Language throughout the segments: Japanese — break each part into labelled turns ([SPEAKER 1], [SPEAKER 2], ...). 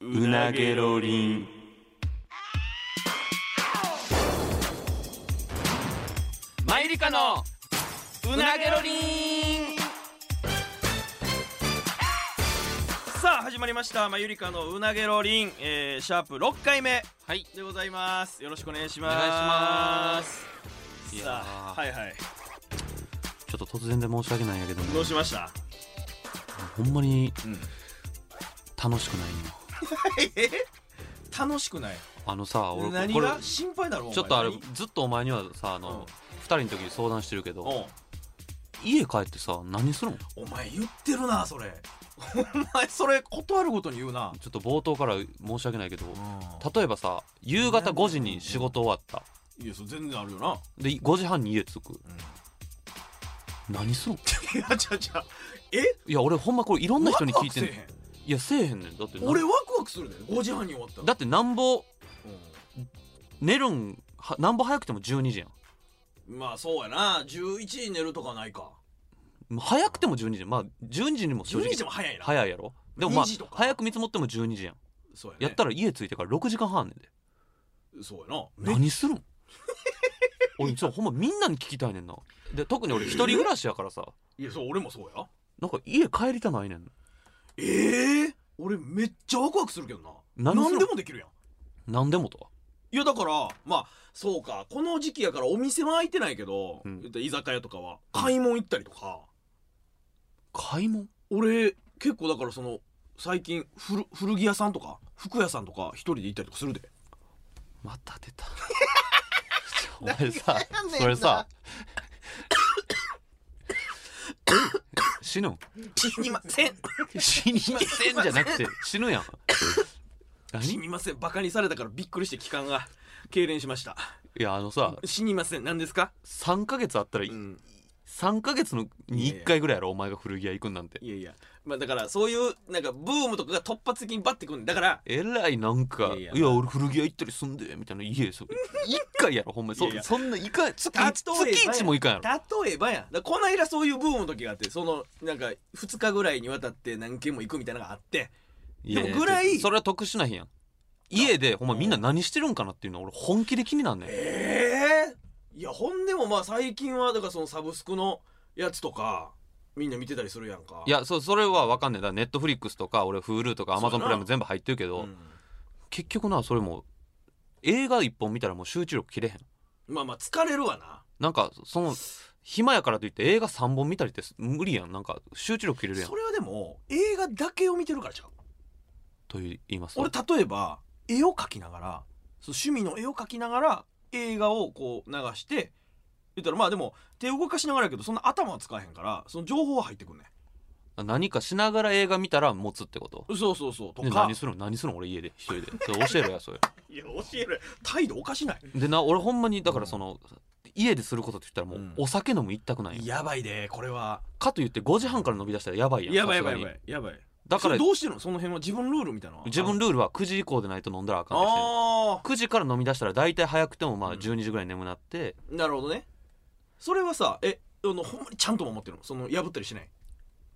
[SPEAKER 1] うなげろりん
[SPEAKER 2] マイリカのうなげろりん
[SPEAKER 1] さあ始まりましたまゆりかのうなげろりん、えー、シャープ6回目
[SPEAKER 2] はい
[SPEAKER 1] でございますよろしくお願いし
[SPEAKER 2] お
[SPEAKER 1] ます
[SPEAKER 2] 願いしますいや
[SPEAKER 1] さあ
[SPEAKER 2] ー
[SPEAKER 1] はいはい
[SPEAKER 2] ちょっと突然で申し訳ないんやけどね
[SPEAKER 1] どうしました、
[SPEAKER 2] ほんまに
[SPEAKER 1] うん、
[SPEAKER 2] 楽しくないの
[SPEAKER 1] え 楽しくない
[SPEAKER 2] あのさ俺
[SPEAKER 1] 何
[SPEAKER 2] これ
[SPEAKER 1] が心配だろう
[SPEAKER 2] ちょっとあれずっとお前にはさあの、二人の時に相談してるけど家帰ってさ何するのち
[SPEAKER 1] お前言ってるなそれ お前それ断るごとに言うな、
[SPEAKER 2] ょっと冒頭から申し訳ないけど
[SPEAKER 1] う
[SPEAKER 2] 例えばさ夕方5時に仕事終わった
[SPEAKER 1] ん、いやそれ全然あるよな、
[SPEAKER 2] で5時半に家着く何するの
[SPEAKER 1] いやちゃちゃ
[SPEAKER 2] いや俺ほんまこれいろんな人に聞いてん
[SPEAKER 1] ワ
[SPEAKER 2] ねん
[SPEAKER 1] クワク
[SPEAKER 2] いやせえへんねんだっ
[SPEAKER 1] せえ
[SPEAKER 2] て
[SPEAKER 1] へ
[SPEAKER 2] なん
[SPEAKER 1] 俺ワクワクするで5時半に終わったら
[SPEAKER 2] だってなんぼ
[SPEAKER 1] う
[SPEAKER 2] 寝るんはなんぼ早くても12時やん
[SPEAKER 1] んまあそうやな11時に寝るとかないか
[SPEAKER 2] もう早くても12時まあ12時にも正
[SPEAKER 1] 12
[SPEAKER 2] 直
[SPEAKER 1] 時も早いな
[SPEAKER 2] 早いやろでもまあ
[SPEAKER 1] 2時とか
[SPEAKER 2] 早く見積もっても12時やん
[SPEAKER 1] そうや,、ね、
[SPEAKER 2] やったら家着いてから6時間半あんねんで
[SPEAKER 1] そうやな
[SPEAKER 2] 何するん 俺ちょほんまみんなに聞きたいねんなで特に俺一人暮らしやからさ
[SPEAKER 1] いやそう俺もそうや
[SPEAKER 2] なんか家帰りたないねん
[SPEAKER 1] ええ俺めっちゃワクワクするけどな
[SPEAKER 2] 何する
[SPEAKER 1] 何でもできるやん
[SPEAKER 2] 何でもとはい
[SPEAKER 1] やだからまあそうかこの時期やからお店は開いてないけど、
[SPEAKER 2] うん
[SPEAKER 1] 言ったら居酒屋とかは買い物行ったりとか
[SPEAKER 2] 買い物
[SPEAKER 1] 俺結構だからその最近古古着屋さんとか服屋さんとか一人で行ったりとかするで
[SPEAKER 2] また出た お前さそれ さ死ぬん
[SPEAKER 1] 死にません
[SPEAKER 2] 死にませんじゃなくて死ぬやん
[SPEAKER 1] 死
[SPEAKER 2] 何い
[SPEAKER 1] にませんバカにされたからびっくりして気管が痙攣しました
[SPEAKER 2] やあのさ
[SPEAKER 1] 死にません何ですか、
[SPEAKER 2] 3ヶ月あったら
[SPEAKER 1] うん、
[SPEAKER 2] 3ヶ月のに1回ぐらいやろお前が古着屋行くんなんて
[SPEAKER 1] いやいやまあだからそういうなんかブームとかが突発的にバッてくるんだから
[SPEAKER 2] えらいなんか
[SPEAKER 1] いやいや
[SPEAKER 2] いや俺古着屋行ったりすんでみたいな家そ1回やろほんまにそ
[SPEAKER 1] いやいや
[SPEAKER 2] そんな行かん月
[SPEAKER 1] 例えば
[SPEAKER 2] 月1も行かんやろ
[SPEAKER 1] 例えばやんだからこの間そういうブームの時があってそのなんか2日ぐらいにわたって何軒も行くみたいなのがあって
[SPEAKER 2] いやいや
[SPEAKER 1] でもぐらい
[SPEAKER 2] それは特殊な日やん家でほんまみんな何してるんかなっていうの俺本気で気になんねん
[SPEAKER 1] ええいやほんでもまあ最近はだからそのサブスクのやつとかみんな見てたりするやんか
[SPEAKER 2] いやそそれは分かんねえだネットフリックスとか俺 Hulu とか
[SPEAKER 1] そうや
[SPEAKER 2] Amazon
[SPEAKER 1] な
[SPEAKER 2] プライム全部入ってるけ
[SPEAKER 1] う
[SPEAKER 2] ど、
[SPEAKER 1] ん
[SPEAKER 2] 結局なそれも映画一本見たらもう集中力切れへん
[SPEAKER 1] まあまあ疲れるわな
[SPEAKER 2] なんかその暇やからといって映画3本見たりって無理やんなんか集中力切れるやん
[SPEAKER 1] それはでも映画だけを見てるからちゃう
[SPEAKER 2] と言いますと
[SPEAKER 1] 俺例えば絵を描きながらそう趣味の絵を描きながら映画をこう流して言ったらまあでも手動かしながらやけどそんな頭は使わへんからその情報は入ってくんね
[SPEAKER 2] 何かしながら映画見たら持つってこと
[SPEAKER 1] そうそうそうと
[SPEAKER 2] で
[SPEAKER 1] か
[SPEAKER 2] 何するの何するの俺家で一人でそれ教えろやそれ
[SPEAKER 1] いや教える態度おかしない
[SPEAKER 2] でな俺ほんまにだからその、家ですることって言ったら
[SPEAKER 1] う
[SPEAKER 2] もうんお酒飲む一択なんや、
[SPEAKER 1] やばいでこれは
[SPEAKER 2] かといって5時半から伸び出したらやばいやん
[SPEAKER 1] やばいやばい
[SPEAKER 2] さす
[SPEAKER 1] や
[SPEAKER 2] が
[SPEAKER 1] ば
[SPEAKER 2] に
[SPEAKER 1] いやばい
[SPEAKER 2] だか
[SPEAKER 1] それ
[SPEAKER 2] ら
[SPEAKER 1] どうしてるのその辺は自分ルールみたいなのは
[SPEAKER 2] 自分ルールは9時以降でないと飲んだらあかんってしてんの
[SPEAKER 1] あ
[SPEAKER 2] 9時から飲み出したら大体早くてもまあ
[SPEAKER 1] うん
[SPEAKER 2] 12時ぐらいに眠なって、
[SPEAKER 1] あなるほどねそれはさえあのほんまにちゃんと守ってるのその破ったりしない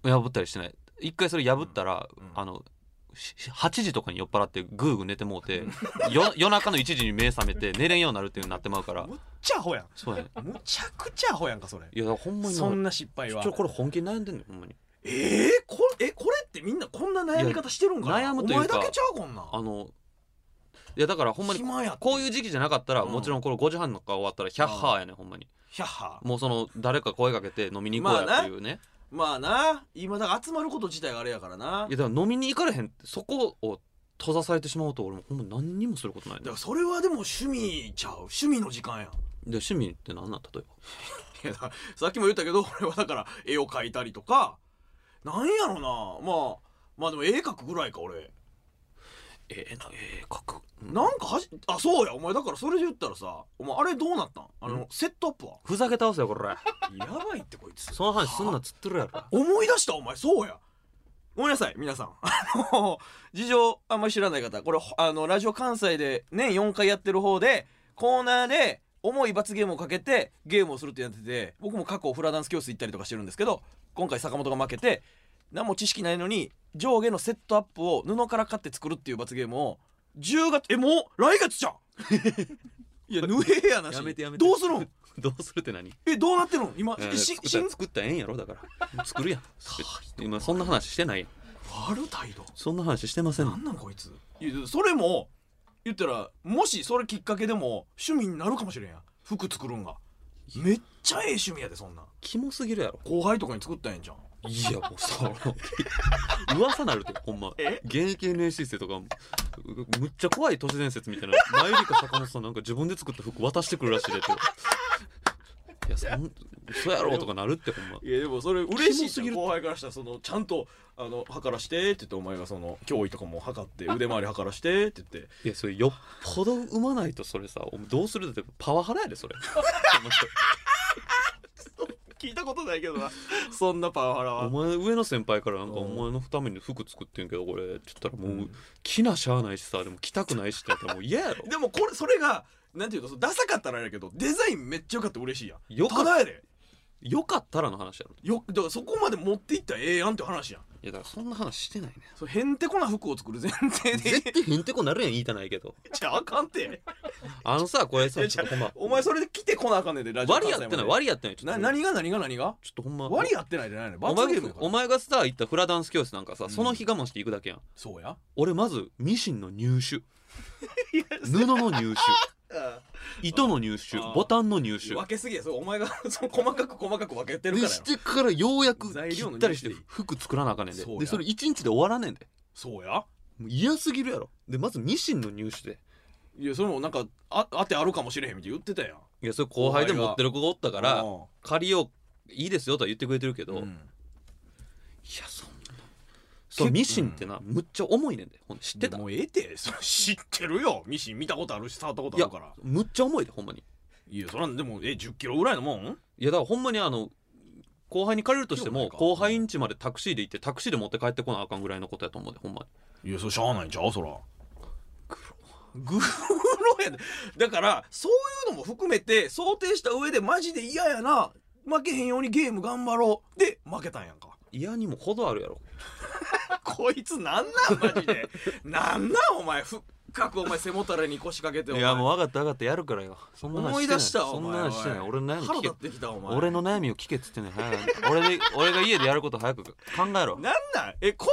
[SPEAKER 2] 破ったりしてない一回それ破ったら、
[SPEAKER 1] うんうん
[SPEAKER 2] あのし8時とかに酔っ払ってグーグー寝ても うてよ夜中の1時に目覚めて寝れんようになるっていうのになってまうから
[SPEAKER 1] むっちゃアホやん
[SPEAKER 2] そうやね
[SPEAKER 1] むちゃくちゃアホやんかそれ
[SPEAKER 2] いやだからほんまに
[SPEAKER 1] そん
[SPEAKER 2] な
[SPEAKER 1] な失敗
[SPEAKER 2] ち
[SPEAKER 1] は
[SPEAKER 2] ょこれ本気に悩んでんのよほんまに
[SPEAKER 1] えー、これえこれってみんなこんな悩み方してるんかない
[SPEAKER 2] や悩むとい
[SPEAKER 1] お
[SPEAKER 2] うか
[SPEAKER 1] 前だけちゃうこんなん
[SPEAKER 2] あのいやだからほんまに
[SPEAKER 1] 暇やって
[SPEAKER 2] こういう時期じゃなかったら、
[SPEAKER 1] うん
[SPEAKER 2] もちろんこの5時半とか終わったらヒャッハーやねほんまに
[SPEAKER 1] ヒャッハ
[SPEAKER 2] もうその誰か声かけて飲みに行こうやっていうね、
[SPEAKER 1] まあな今だから集まること自体があれやからない
[SPEAKER 2] やだから飲みに行かれへんってそこを閉ざされてしまうと俺もほんま何にもすることない
[SPEAKER 1] だ
[SPEAKER 2] ね
[SPEAKER 1] からそれはでも趣味ちゃう趣味の時間やんい
[SPEAKER 2] で趣味って何なん例えば
[SPEAKER 1] やだからさっきも言ったけど俺はだから絵を描いたりとかなんやろなまあまあでも絵描くぐらいか俺
[SPEAKER 2] ええなええ書く
[SPEAKER 1] なんかはじあそうやお前だからそれで言ったらさお前あれどうなったんあの
[SPEAKER 2] ん
[SPEAKER 1] セットアップは
[SPEAKER 2] ふざけ倒せよこれ
[SPEAKER 1] やばいってこいつ
[SPEAKER 2] その話すんなっつってるやろ
[SPEAKER 1] 思い出したお前そうやごめんなさい皆さん あの事情あんまり知らない方これほあのラジオ関西で年4回やってる方でコーナーで重い罰ゲームをかけてゲームをするってやってて僕も過去フラダンス教室行ったりとかしてるんですけど今回坂本が負けて何も知識ないのに上下のセットアップを布から買って作るっていう罰ゲームを10月えもう来月じゃん いやぬえやなし
[SPEAKER 2] やめてやめて
[SPEAKER 1] どうするん
[SPEAKER 2] どうするって何
[SPEAKER 1] えどうなってるん今
[SPEAKER 2] いや
[SPEAKER 1] し
[SPEAKER 2] 作った
[SPEAKER 1] しん
[SPEAKER 2] 作ったらええんやろだから作るやん今そんな話してないやん
[SPEAKER 1] 悪態度
[SPEAKER 2] そんな話してません
[SPEAKER 1] なんなんこいついやそれも言ったらもしそれきっかけでも趣味になるかもしれんやん服作るんがめっちゃええ趣味やでそんなん
[SPEAKER 2] キモすぎるやろ
[SPEAKER 1] 後輩とかに作ったんやんじゃん
[SPEAKER 2] いやもうさ噂なるでほんま
[SPEAKER 1] え
[SPEAKER 2] 現役 NSC 生とかむっちゃ怖い都市伝説みたいな前よりか坂本さんなんか自分で作った服渡してくるらしいでっていやそん嘘やろとかなるってほんま
[SPEAKER 1] いやでもそれ嬉しいじゃん
[SPEAKER 2] キモすぎる
[SPEAKER 1] 後輩からしたらそのちゃんとあの測らしてって言ってお前がその脅威とかも測 って腕回り測らしてって言って
[SPEAKER 2] いやそれよっぽど生まないとそれさお前どうするってパワハラやでそれその人
[SPEAKER 1] 聞いたことないけどな そんなパワハラ
[SPEAKER 2] お
[SPEAKER 1] は
[SPEAKER 2] 前上の先輩からなんか
[SPEAKER 1] う
[SPEAKER 2] お
[SPEAKER 1] ん
[SPEAKER 2] 前のために服作ってんけどこれって言ったらも
[SPEAKER 1] う
[SPEAKER 2] うん着なしゃあないしさでも着たくないしって言ったらもう嫌やろ
[SPEAKER 1] でもこれそれがなんていうのそのダサかったらあれやけどデザインめっちゃよかったら嬉しいやん
[SPEAKER 2] よか
[SPEAKER 1] ただやで
[SPEAKER 2] よかったらの話やろ
[SPEAKER 1] よだからそこまで持っていったらええやんって話やん
[SPEAKER 2] いやだからそんな話してないね
[SPEAKER 1] そうへんてこな服を作る前提で
[SPEAKER 2] 絶対へんてこなるやん言いたないけ ど
[SPEAKER 1] じゃああかんて
[SPEAKER 2] あのさこれ
[SPEAKER 1] い
[SPEAKER 2] さ
[SPEAKER 1] や
[SPEAKER 2] ちょっとほ んま
[SPEAKER 1] お前それで来てこなあかんねんでラジオ
[SPEAKER 2] 割り合ってない割り合ってないちょっ
[SPEAKER 1] な
[SPEAKER 2] と
[SPEAKER 1] 何が何が何が
[SPEAKER 2] ちょっとほんま
[SPEAKER 1] 割り合ってないじゃないの
[SPEAKER 2] お
[SPEAKER 1] 罰
[SPEAKER 2] 前
[SPEAKER 1] ゲーム
[SPEAKER 2] が
[SPEAKER 1] やか
[SPEAKER 2] お
[SPEAKER 1] ら
[SPEAKER 2] 前がさ行ったフラダンス教室なんかさ
[SPEAKER 1] ん
[SPEAKER 2] その日我慢して行くだけやん
[SPEAKER 1] そうや
[SPEAKER 2] 俺まずミシンの入 手布の入手糸の入手
[SPEAKER 1] あー
[SPEAKER 2] ボタンの入手
[SPEAKER 1] 分けすぎやそうお前が その細かく細かく分けてるからや
[SPEAKER 2] で
[SPEAKER 1] ろ
[SPEAKER 2] してからようやく
[SPEAKER 1] 材
[SPEAKER 2] 切
[SPEAKER 1] 料の
[SPEAKER 2] ったりして
[SPEAKER 1] 入手でいい
[SPEAKER 2] 服作らなあかんねんで
[SPEAKER 1] そうや
[SPEAKER 2] でそれ一日で終わらねんで
[SPEAKER 1] そうや
[SPEAKER 2] もう嫌すぎるやろでまずミシンの入手で
[SPEAKER 1] いやそれもなんかあ当てあるかもしれへんみたいに言ってたやん
[SPEAKER 2] いやそれ後輩で持ってる子がおった
[SPEAKER 1] だ
[SPEAKER 2] から借りよういいですよとは言ってくれてるけど、
[SPEAKER 1] う
[SPEAKER 2] いや
[SPEAKER 1] ん
[SPEAKER 2] そんなそうミシンってな、むっちゃ重いねんでほんで知ってた
[SPEAKER 1] もうええてそれ知ってるよミシン見たことあるし触ったことあ
[SPEAKER 2] いや
[SPEAKER 1] るから
[SPEAKER 2] むっちゃ重いでほんまに
[SPEAKER 1] いやそらでもえ1 0キロぐらいのもん
[SPEAKER 2] いやだからほんまにあの後輩に借りるとして
[SPEAKER 1] 興
[SPEAKER 2] も
[SPEAKER 1] 味ないか
[SPEAKER 2] 後輩ん家までタクシーで行ってタクシーで持って帰ってこなあかんぐらいのことやと思うでほんまに
[SPEAKER 1] いやそれしゃあないんちゃうそらグロやでだからそういうのも含めて想定した上でマジで嫌やな負けへんようにゲーム頑張ろうで負けたんやんか
[SPEAKER 2] 嫌にも程あるやろ
[SPEAKER 1] こいつなんなんマジでなんなんお前深くお前背もたれに腰掛けてお
[SPEAKER 2] い
[SPEAKER 1] 前
[SPEAKER 2] やもう分かった分かったやるからよそんな話
[SPEAKER 1] 思い出したわ
[SPEAKER 2] そ
[SPEAKER 1] お
[SPEAKER 2] ん
[SPEAKER 1] 前
[SPEAKER 2] な話してない
[SPEAKER 1] おい
[SPEAKER 2] 俺の悩み
[SPEAKER 1] 腹
[SPEAKER 2] 聞け
[SPEAKER 1] 立ってきたお前
[SPEAKER 2] 俺の悩みを聞けっつってんねん早い俺で俺が家でやること早く考え
[SPEAKER 1] な
[SPEAKER 2] ろ
[SPEAKER 1] んなんえこんな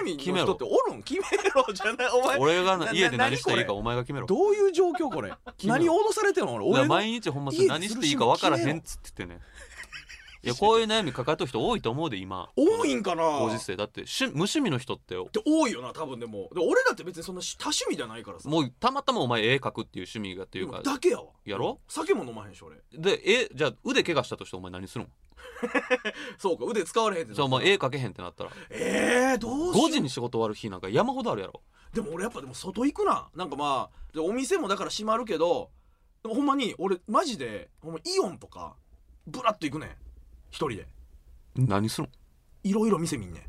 [SPEAKER 1] 悩み
[SPEAKER 2] 決
[SPEAKER 1] の
[SPEAKER 2] め
[SPEAKER 1] 人
[SPEAKER 2] ろ
[SPEAKER 1] っておるん決めろじゃないお前
[SPEAKER 2] 俺が
[SPEAKER 1] な
[SPEAKER 2] な家で何していい
[SPEAKER 1] な何こ
[SPEAKER 2] か
[SPEAKER 1] れ
[SPEAKER 2] お前が決めろ
[SPEAKER 1] どういう状況これ
[SPEAKER 2] めろ
[SPEAKER 1] 何脅されてるの俺
[SPEAKER 2] だから
[SPEAKER 1] 俺の
[SPEAKER 2] 毎日ほんま
[SPEAKER 1] 家でする
[SPEAKER 2] 何していいか分からへんっつっててねいやこういう悩み抱えとる人多いと思うで今
[SPEAKER 1] 多いんかな
[SPEAKER 2] ご時世だって趣無趣味の人って
[SPEAKER 1] って多いよな多分でもで俺だって別にそんな多趣味じゃないからさ
[SPEAKER 2] もうたまたまお前絵描くっていう趣味がっていう
[SPEAKER 1] で
[SPEAKER 2] か
[SPEAKER 1] もだけやわ
[SPEAKER 2] やろ
[SPEAKER 1] 酒も飲まへんし俺
[SPEAKER 2] で絵じゃあ腕怪我したとしてお前何するん
[SPEAKER 1] そうか腕使われへんってな
[SPEAKER 2] じゃあお前絵描けへんってなったら
[SPEAKER 1] えー、どうしよ
[SPEAKER 2] 5
[SPEAKER 1] う
[SPEAKER 2] 時に仕事終わる日なんか山ほどあるやろ
[SPEAKER 1] でも俺やっぱでも外行くななんかまあでお店もだから閉まるけどでもほんまに俺マジでほんまイオンとかブラッと行くねん一人で
[SPEAKER 2] 何するん
[SPEAKER 1] いろいろ店見んね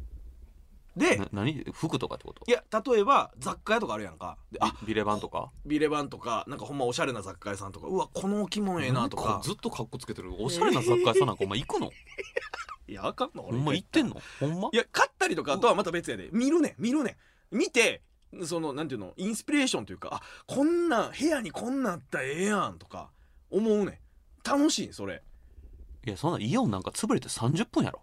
[SPEAKER 1] んで
[SPEAKER 2] な何服とかってこと
[SPEAKER 1] いや例えば雑貨屋とかあるやんかであ
[SPEAKER 2] ビレバンとか
[SPEAKER 1] ビレバンとかなんかほんまおしゃれな雑貨屋さんとかうわこの置物ええなと
[SPEAKER 2] なん
[SPEAKER 1] か
[SPEAKER 2] ずっとカッコつけてるおしゃれな雑貨屋さんなんかお前行くの
[SPEAKER 1] いやあかんの
[SPEAKER 2] ほんま行ってんのほんま
[SPEAKER 1] いや買ったりとかとはまた別やで見るねん見るねん見てそのなんていうのインスピレーションというかあこんなん部屋にこんなんあったらええやんとか思うねん楽しいそれ
[SPEAKER 2] いやそんなイオンなんか潰れて30分やろ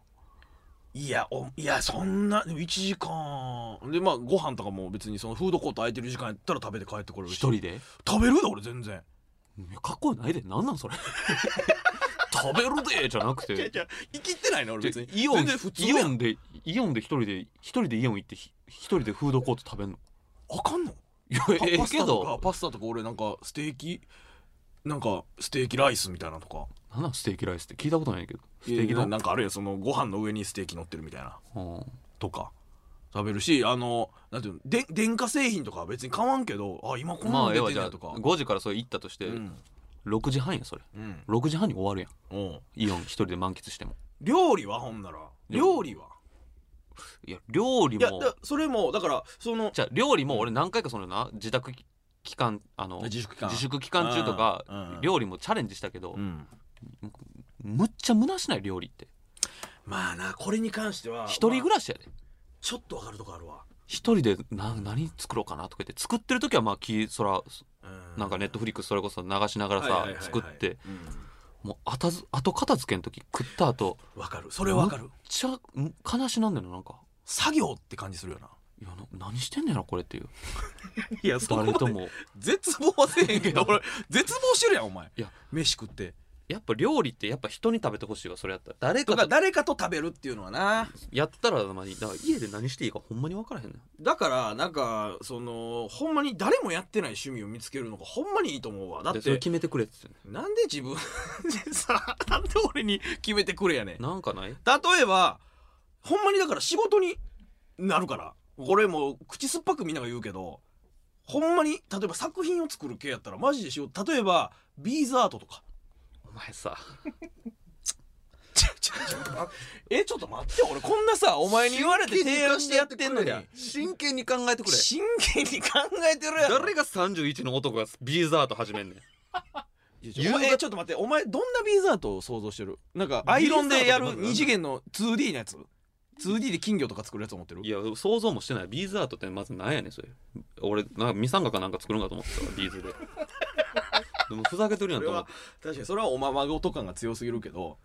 [SPEAKER 1] いやおいやそんなでも1時間でまあご飯とかも別にそのフードコート空いてる時間やったら食べて帰ってこれるし
[SPEAKER 2] 一人で
[SPEAKER 1] 食べるで俺全然
[SPEAKER 2] いやかっこよないでなんなんそ れ食べるで じゃなくて
[SPEAKER 1] や生きてないな俺
[SPEAKER 2] じゃあイオ
[SPEAKER 1] 全
[SPEAKER 2] ン
[SPEAKER 1] 然普通
[SPEAKER 2] イ
[SPEAKER 1] や
[SPEAKER 2] オ
[SPEAKER 1] ん
[SPEAKER 2] ンでイオンで一人で一人でイオン行ってひ一人でフードコート食べんの
[SPEAKER 1] あかんの
[SPEAKER 2] いや
[SPEAKER 1] パ
[SPEAKER 2] ええ
[SPEAKER 1] パス
[SPEAKER 2] け
[SPEAKER 1] タとか
[SPEAKER 2] ど
[SPEAKER 1] パスタとか俺なんかステーキなんかステーキライスみたいなのとか
[SPEAKER 2] なんなんステーキライスって聞いたことないけどステ
[SPEAKER 1] いや
[SPEAKER 2] ーキ
[SPEAKER 1] な
[SPEAKER 2] の
[SPEAKER 1] なんかあるやんそのご飯の上にステーキ乗ってるみたいな
[SPEAKER 2] うん
[SPEAKER 1] とか食べるしあのなんていうので電化製品とかは別に買わんけどあ今こんな
[SPEAKER 2] ま
[SPEAKER 1] の
[SPEAKER 2] あええ
[SPEAKER 1] 出
[SPEAKER 2] わ
[SPEAKER 1] てん
[SPEAKER 2] じゃ
[SPEAKER 1] ね
[SPEAKER 2] あ
[SPEAKER 1] んとか、
[SPEAKER 2] 5時からそれ行ったとして
[SPEAKER 1] うん
[SPEAKER 2] 6時半やそれ
[SPEAKER 1] うん
[SPEAKER 2] 6時半に終わるや
[SPEAKER 1] うん
[SPEAKER 2] んイオン一人で満喫しても
[SPEAKER 1] 料理はほんなら
[SPEAKER 2] で
[SPEAKER 1] 料理はい
[SPEAKER 2] や料理
[SPEAKER 1] いや
[SPEAKER 2] も
[SPEAKER 1] だそれもだからその
[SPEAKER 2] じゃあ料理も俺何回かそのな自宅期間あの
[SPEAKER 1] 自粛期間
[SPEAKER 2] 自粛期間中とか
[SPEAKER 1] うんうん
[SPEAKER 2] 料理もチャレンジしたけど
[SPEAKER 1] うん
[SPEAKER 2] むっちゃ虚しない料理って
[SPEAKER 1] まあなこれに関しては
[SPEAKER 2] 一人暮
[SPEAKER 1] らい、
[SPEAKER 2] らしやで
[SPEAKER 1] ちょっとわかるとこあるわ
[SPEAKER 2] 一人でな何作ろうかなとか言って作ってる時はまあ気そら
[SPEAKER 1] う
[SPEAKER 2] なんかネットフリックスそれこそ流しながら
[SPEAKER 1] はいはい
[SPEAKER 2] さ
[SPEAKER 1] はいはい
[SPEAKER 2] 作って
[SPEAKER 1] うん
[SPEAKER 2] もうあたず後片付けん時食った後
[SPEAKER 1] わ、かるそれわか
[SPEAKER 2] む
[SPEAKER 1] る
[SPEAKER 2] っちゃん悲しなんだよななんか
[SPEAKER 1] 作業って感じするよない
[SPEAKER 2] やな何してんねやろこれ っていう
[SPEAKER 1] いや
[SPEAKER 2] 誰とも
[SPEAKER 1] 絶望はせえへんけ ど俺絶望してるやんお前
[SPEAKER 2] いや
[SPEAKER 1] 飯食って
[SPEAKER 2] やっぱ料理ってやっぱ人に食べてほしいわそれやったら誰
[SPEAKER 1] と
[SPEAKER 2] か
[SPEAKER 1] か
[SPEAKER 2] と
[SPEAKER 1] 誰かと食べるっていうのはな
[SPEAKER 2] やったらまあいいだから家で何していいかほんまに分からへんねん
[SPEAKER 1] だからなんかそのほんまに誰もやってない趣味を見つけるのがほんまにいいと思うわだっ
[SPEAKER 2] でそれ
[SPEAKER 1] て
[SPEAKER 2] 決めてくれって言って
[SPEAKER 1] なんで自分 でさなんで俺に決めてくれやねん
[SPEAKER 2] んねんなんかない
[SPEAKER 1] 例えばほんまにだから仕事になるからこれもう口酸っぱくみんなが言うけどほんまに例えば作品を作る系やったらマジでしよう例えばビーズアートとか
[SPEAKER 2] お前さ
[SPEAKER 1] ちょちょちょあえちょっと待って俺こんなさお前に言われて提案してやってんのに
[SPEAKER 2] 真剣に考えてく れ
[SPEAKER 1] 真剣に考えてるやろ
[SPEAKER 2] 誰が31の男がビーザート始めんねん
[SPEAKER 1] いやお前
[SPEAKER 2] 夕方
[SPEAKER 1] えちょっと待ってお前どんなビーズアートを想像してるなんかアイロンでやる2次元の 2D のやつ 2D で金魚とか作るやつ思ってる
[SPEAKER 2] いや想像もしてないビーズアートってまず何やねんそれ俺なんかミサンガかなんか作るんかと思ってたわビーズで でもふざけてるや
[SPEAKER 1] そ
[SPEAKER 2] ん
[SPEAKER 1] れ
[SPEAKER 2] と思っ
[SPEAKER 1] は
[SPEAKER 2] て
[SPEAKER 1] 確かにそれはおままごと感が強すぎるけど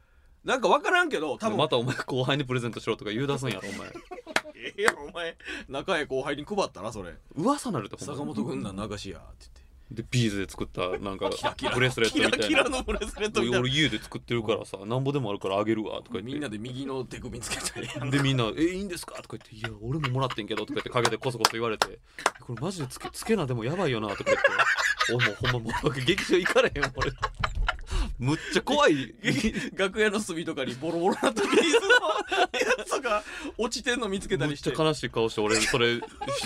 [SPEAKER 1] なんか分からんけど多分、
[SPEAKER 2] またお前後輩にプレゼントしろとか言う出すんやろお前
[SPEAKER 1] ええやろお前仲良い後輩に配ったなそれ
[SPEAKER 2] 噂なるってほんま
[SPEAKER 1] 坂本軍団流しやって
[SPEAKER 2] でビーズで作ったなんか
[SPEAKER 1] 言って
[SPEAKER 2] ブレスレット
[SPEAKER 1] キ
[SPEAKER 2] みたい
[SPEAKER 1] ラ
[SPEAKER 2] な
[SPEAKER 1] キラのブレスレットみたい
[SPEAKER 2] 俺家で作ってるからさなんぼでもあるからあげるわとか
[SPEAKER 1] な
[SPEAKER 2] 言って
[SPEAKER 1] みんなで右の手首つけたり
[SPEAKER 2] でみんな「えいいんですか?」とか言って「いや俺ももらってんけど」とか言って陰でこそこそ言われて「これマジでつけつけなでもやばいよな」とか言って「おもうほんまもう僕劇場行かれへん俺むっちゃ怖い
[SPEAKER 1] 楽屋の隅とかにボロボロなったビーズのやつとか落ちてんの見つけた
[SPEAKER 2] むっ
[SPEAKER 1] りし
[SPEAKER 2] ち
[SPEAKER 1] て
[SPEAKER 2] ゃ悲しい顔して俺それ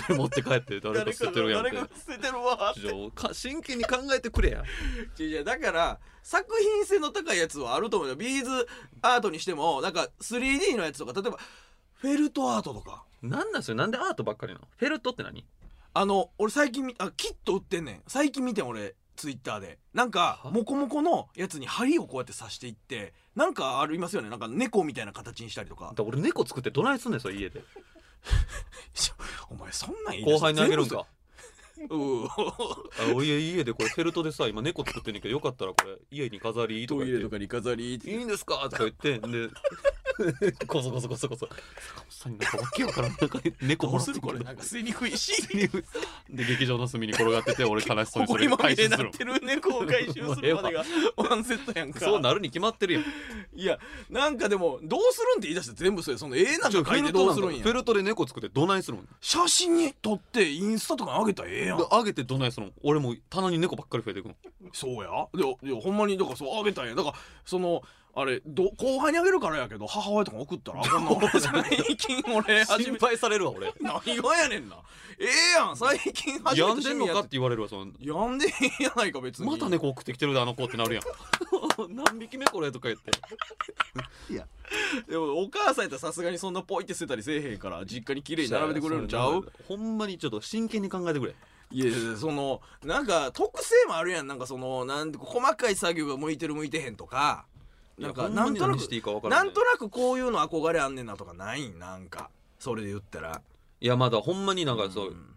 [SPEAKER 2] 持って帰って誰か捨ててるやんっ
[SPEAKER 1] 誰
[SPEAKER 2] て
[SPEAKER 1] かが捨ててるわって
[SPEAKER 2] ちょか真剣に考えてくれや
[SPEAKER 1] 違う違うだから作品性の高いやつはあると思うよビーズアートにしてもなんか 3D のやつとか例えばフェルトアートとか
[SPEAKER 2] なんなんそれなんでアートばっかりなのフェルトって何
[SPEAKER 1] あの俺最近見あキット売ってんねん最近見てん俺ツイッターでなんか
[SPEAKER 2] は
[SPEAKER 1] モコモコのやつに針をこうやって刺していってなんかありますよねなんか猫みたいな形にしたりとか
[SPEAKER 2] だ俺猫作ってどないすんねんそれ家で
[SPEAKER 1] ちょお前そんなん言い出
[SPEAKER 2] 後
[SPEAKER 1] したら
[SPEAKER 2] 輩にあげるんか
[SPEAKER 1] 全部うー
[SPEAKER 2] あお家家でこれフェルトでさ今猫作ってんねんけどよかったらこれ家に飾りとか
[SPEAKER 1] トイ
[SPEAKER 2] 言
[SPEAKER 1] レ
[SPEAKER 2] っ
[SPEAKER 1] と
[SPEAKER 2] て
[SPEAKER 1] かに飾り
[SPEAKER 2] いいんですかとか言ってで こそこそこそこそ坂本さんになんかわけわからんなんか猫
[SPEAKER 1] どう
[SPEAKER 2] もらって
[SPEAKER 1] す
[SPEAKER 2] く
[SPEAKER 1] るこれ
[SPEAKER 2] る
[SPEAKER 1] なんか吸いにくいし
[SPEAKER 2] で劇場の隅に転がってて俺 悲しそう
[SPEAKER 1] こ
[SPEAKER 2] に
[SPEAKER 1] こ
[SPEAKER 2] それ
[SPEAKER 1] 今見
[SPEAKER 2] 回収
[SPEAKER 1] れ
[SPEAKER 2] す
[SPEAKER 1] な
[SPEAKER 2] る
[SPEAKER 1] っ
[SPEAKER 2] の
[SPEAKER 1] てる猫を回収するまでがワンセットやんか
[SPEAKER 2] そうなるに決まってるやん
[SPEAKER 1] いやなんかでもどうするんって言い出して全部それその絵なんか
[SPEAKER 2] フ
[SPEAKER 1] 描いて
[SPEAKER 2] ェルト
[SPEAKER 1] ど
[SPEAKER 2] な
[SPEAKER 1] うするん
[SPEAKER 2] ん
[SPEAKER 1] や
[SPEAKER 2] かフェルトで猫作ってどないするもん
[SPEAKER 1] 写真に撮ってインスタとかに上げたらええやん
[SPEAKER 2] であげてどないするの俺もう棚に猫ばっかり増えていく の
[SPEAKER 1] そうやででほんまにだからそう上げたんやだからそのあれど後輩にあげるからやけど母親とか送ったらこんな俺最近俺始
[SPEAKER 2] 心
[SPEAKER 1] め
[SPEAKER 2] 配されるわ俺
[SPEAKER 1] 何がやねんなええやん最近初め
[SPEAKER 2] 病ん
[SPEAKER 1] て趣
[SPEAKER 2] でん
[SPEAKER 1] 味
[SPEAKER 2] の
[SPEAKER 1] や
[SPEAKER 2] かっ
[SPEAKER 1] って
[SPEAKER 2] て言われるわその
[SPEAKER 1] やんでへんやないか別に
[SPEAKER 2] また猫送ってきてるであの子ってなるやん 何匹目これとか言って
[SPEAKER 1] でもお母さんやったらさすがにそんなポイって捨てたりせえへんから実家に綺麗に並べてくれるんちゃう
[SPEAKER 2] ほんまにちょっと真剣に考えてくれ
[SPEAKER 1] いやいやそのなんか特性もあるやんなんかそのなんて細かい作業が向いてる向いてへんとかなんか
[SPEAKER 2] いや
[SPEAKER 1] な
[SPEAKER 2] ほ
[SPEAKER 1] ん
[SPEAKER 2] まに
[SPEAKER 1] とな
[SPEAKER 2] 何
[SPEAKER 1] く
[SPEAKER 2] していいか分から
[SPEAKER 1] な
[SPEAKER 2] ない
[SPEAKER 1] んとなくこういうの憧れあんねんなとかないんなんかそれで言ったら
[SPEAKER 2] いやまだほんまになんかそう、
[SPEAKER 1] ん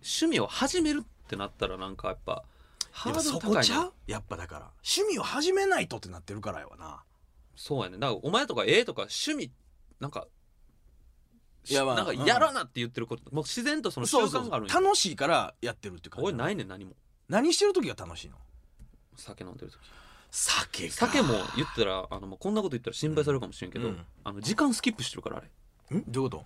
[SPEAKER 2] 趣味を始めるってなったらなんかやっぱハ
[SPEAKER 1] で
[SPEAKER 2] ー
[SPEAKER 1] もそ
[SPEAKER 2] ドル
[SPEAKER 1] こ
[SPEAKER 2] 高い
[SPEAKER 1] ちゃ
[SPEAKER 2] な
[SPEAKER 1] うやっぱだから趣味を始めないとってなってるからやわな
[SPEAKER 2] そうやねだからお前とかええとか趣味なんか
[SPEAKER 1] いやまあ
[SPEAKER 2] なんかやらなって言ってること、もう自然とその習
[SPEAKER 1] そう
[SPEAKER 2] 慣があるんや
[SPEAKER 1] 楽しいからやってるって感
[SPEAKER 2] 俺
[SPEAKER 1] じ
[SPEAKER 2] ないねん何も
[SPEAKER 1] 何してる時が楽しいの
[SPEAKER 2] 酒飲んでる時
[SPEAKER 1] 酒か
[SPEAKER 2] 酒も言ったらあの、まあ、こんなこと言ったら心配されるかもしれんけど、
[SPEAKER 1] うん
[SPEAKER 2] あの時間スキップしてるからあれ
[SPEAKER 1] んどういうこと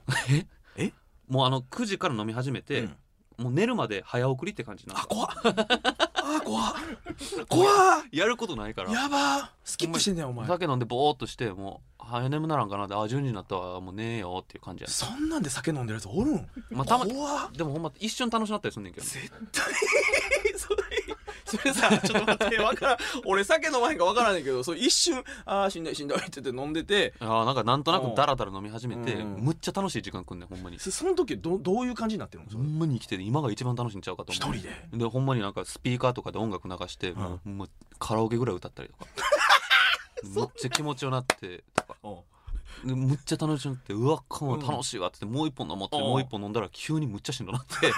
[SPEAKER 2] もうあの9時から飲み始めて、
[SPEAKER 1] うん
[SPEAKER 2] もう寝るまで早送りって感じなの
[SPEAKER 1] あ怖っあ怖っ 怖っ
[SPEAKER 2] やることないから
[SPEAKER 1] やばっスキップしてんねんお前
[SPEAKER 2] 酒飲んでボーっとしてもう早眠ならんかなってあ12時になったわもうねえよっていう感じやね
[SPEAKER 1] そんなんで酒飲んでるやつおるん
[SPEAKER 2] まあたま
[SPEAKER 1] 怖っ
[SPEAKER 2] でもほんま一瞬楽しなったりすんねんけど
[SPEAKER 1] 絶対 それそれさちょっと待ってわからん俺酒飲まへんかわからんねんけどそう一瞬「あーしんどいしんどい」って言って飲んでて
[SPEAKER 2] あーなんかなんとなくダラダラ飲み始めて、
[SPEAKER 1] うん
[SPEAKER 2] むっちゃ楽しい時間くんねんほんまに
[SPEAKER 1] そその時どどういう感じになってるのそ
[SPEAKER 2] ほ
[SPEAKER 1] れ
[SPEAKER 2] んまに生きてて今が一番楽しいんちゃうかと
[SPEAKER 1] 一
[SPEAKER 2] 思う
[SPEAKER 1] 人で
[SPEAKER 2] でほんまになんかスピーカーとかで音楽流して、も うもうカラオケぐらい歌ったりとかめっちゃ気持ちよなってとか
[SPEAKER 1] お
[SPEAKER 2] でむっちゃ楽しくなってうわこ
[SPEAKER 1] うん
[SPEAKER 2] ん楽しいわって言ってもう一本飲もうって
[SPEAKER 1] うん
[SPEAKER 2] もう一本飲んだら急にむっちゃしんどなって
[SPEAKER 1] や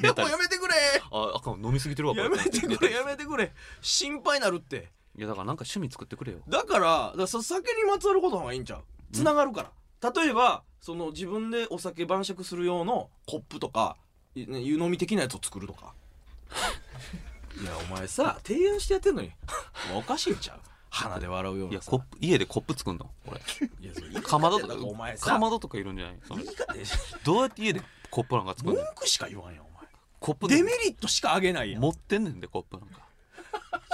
[SPEAKER 2] 寝
[SPEAKER 1] も
[SPEAKER 2] た
[SPEAKER 1] う
[SPEAKER 2] り
[SPEAKER 1] やめてくれ
[SPEAKER 2] ああかん飲みすぎてるわ
[SPEAKER 1] やめて
[SPEAKER 2] 寝
[SPEAKER 1] く
[SPEAKER 2] た
[SPEAKER 1] れ
[SPEAKER 2] り
[SPEAKER 1] やめてくれ心配なるって
[SPEAKER 2] いやだからなんか趣味作ってくれよ
[SPEAKER 1] だからだからさ酒にまつわることの方がいいんちゃうつながるから例えばその自分でお酒晩酌する用のコップとかいね湯飲み的なやつを作ると かいやお前さ提案してやってんのに お前おかしいんちゃう鼻で笑うよう
[SPEAKER 2] いや
[SPEAKER 1] なさ
[SPEAKER 2] コップ家でコップ作んの俺
[SPEAKER 1] いやそれ言い方
[SPEAKER 2] かまど
[SPEAKER 1] や
[SPEAKER 2] と
[SPEAKER 1] な
[SPEAKER 2] か
[SPEAKER 1] お前さ
[SPEAKER 2] かまどとかいるんじゃないその
[SPEAKER 1] 言い方やし
[SPEAKER 2] どうやって家でコップなんか作
[SPEAKER 1] 文
[SPEAKER 2] んの
[SPEAKER 1] 句しか言わんやん お
[SPEAKER 2] コップ
[SPEAKER 1] 前
[SPEAKER 2] な
[SPEAKER 1] デ
[SPEAKER 2] んか
[SPEAKER 1] メリットしかあげないやん
[SPEAKER 2] 持ってんねんでコップなんか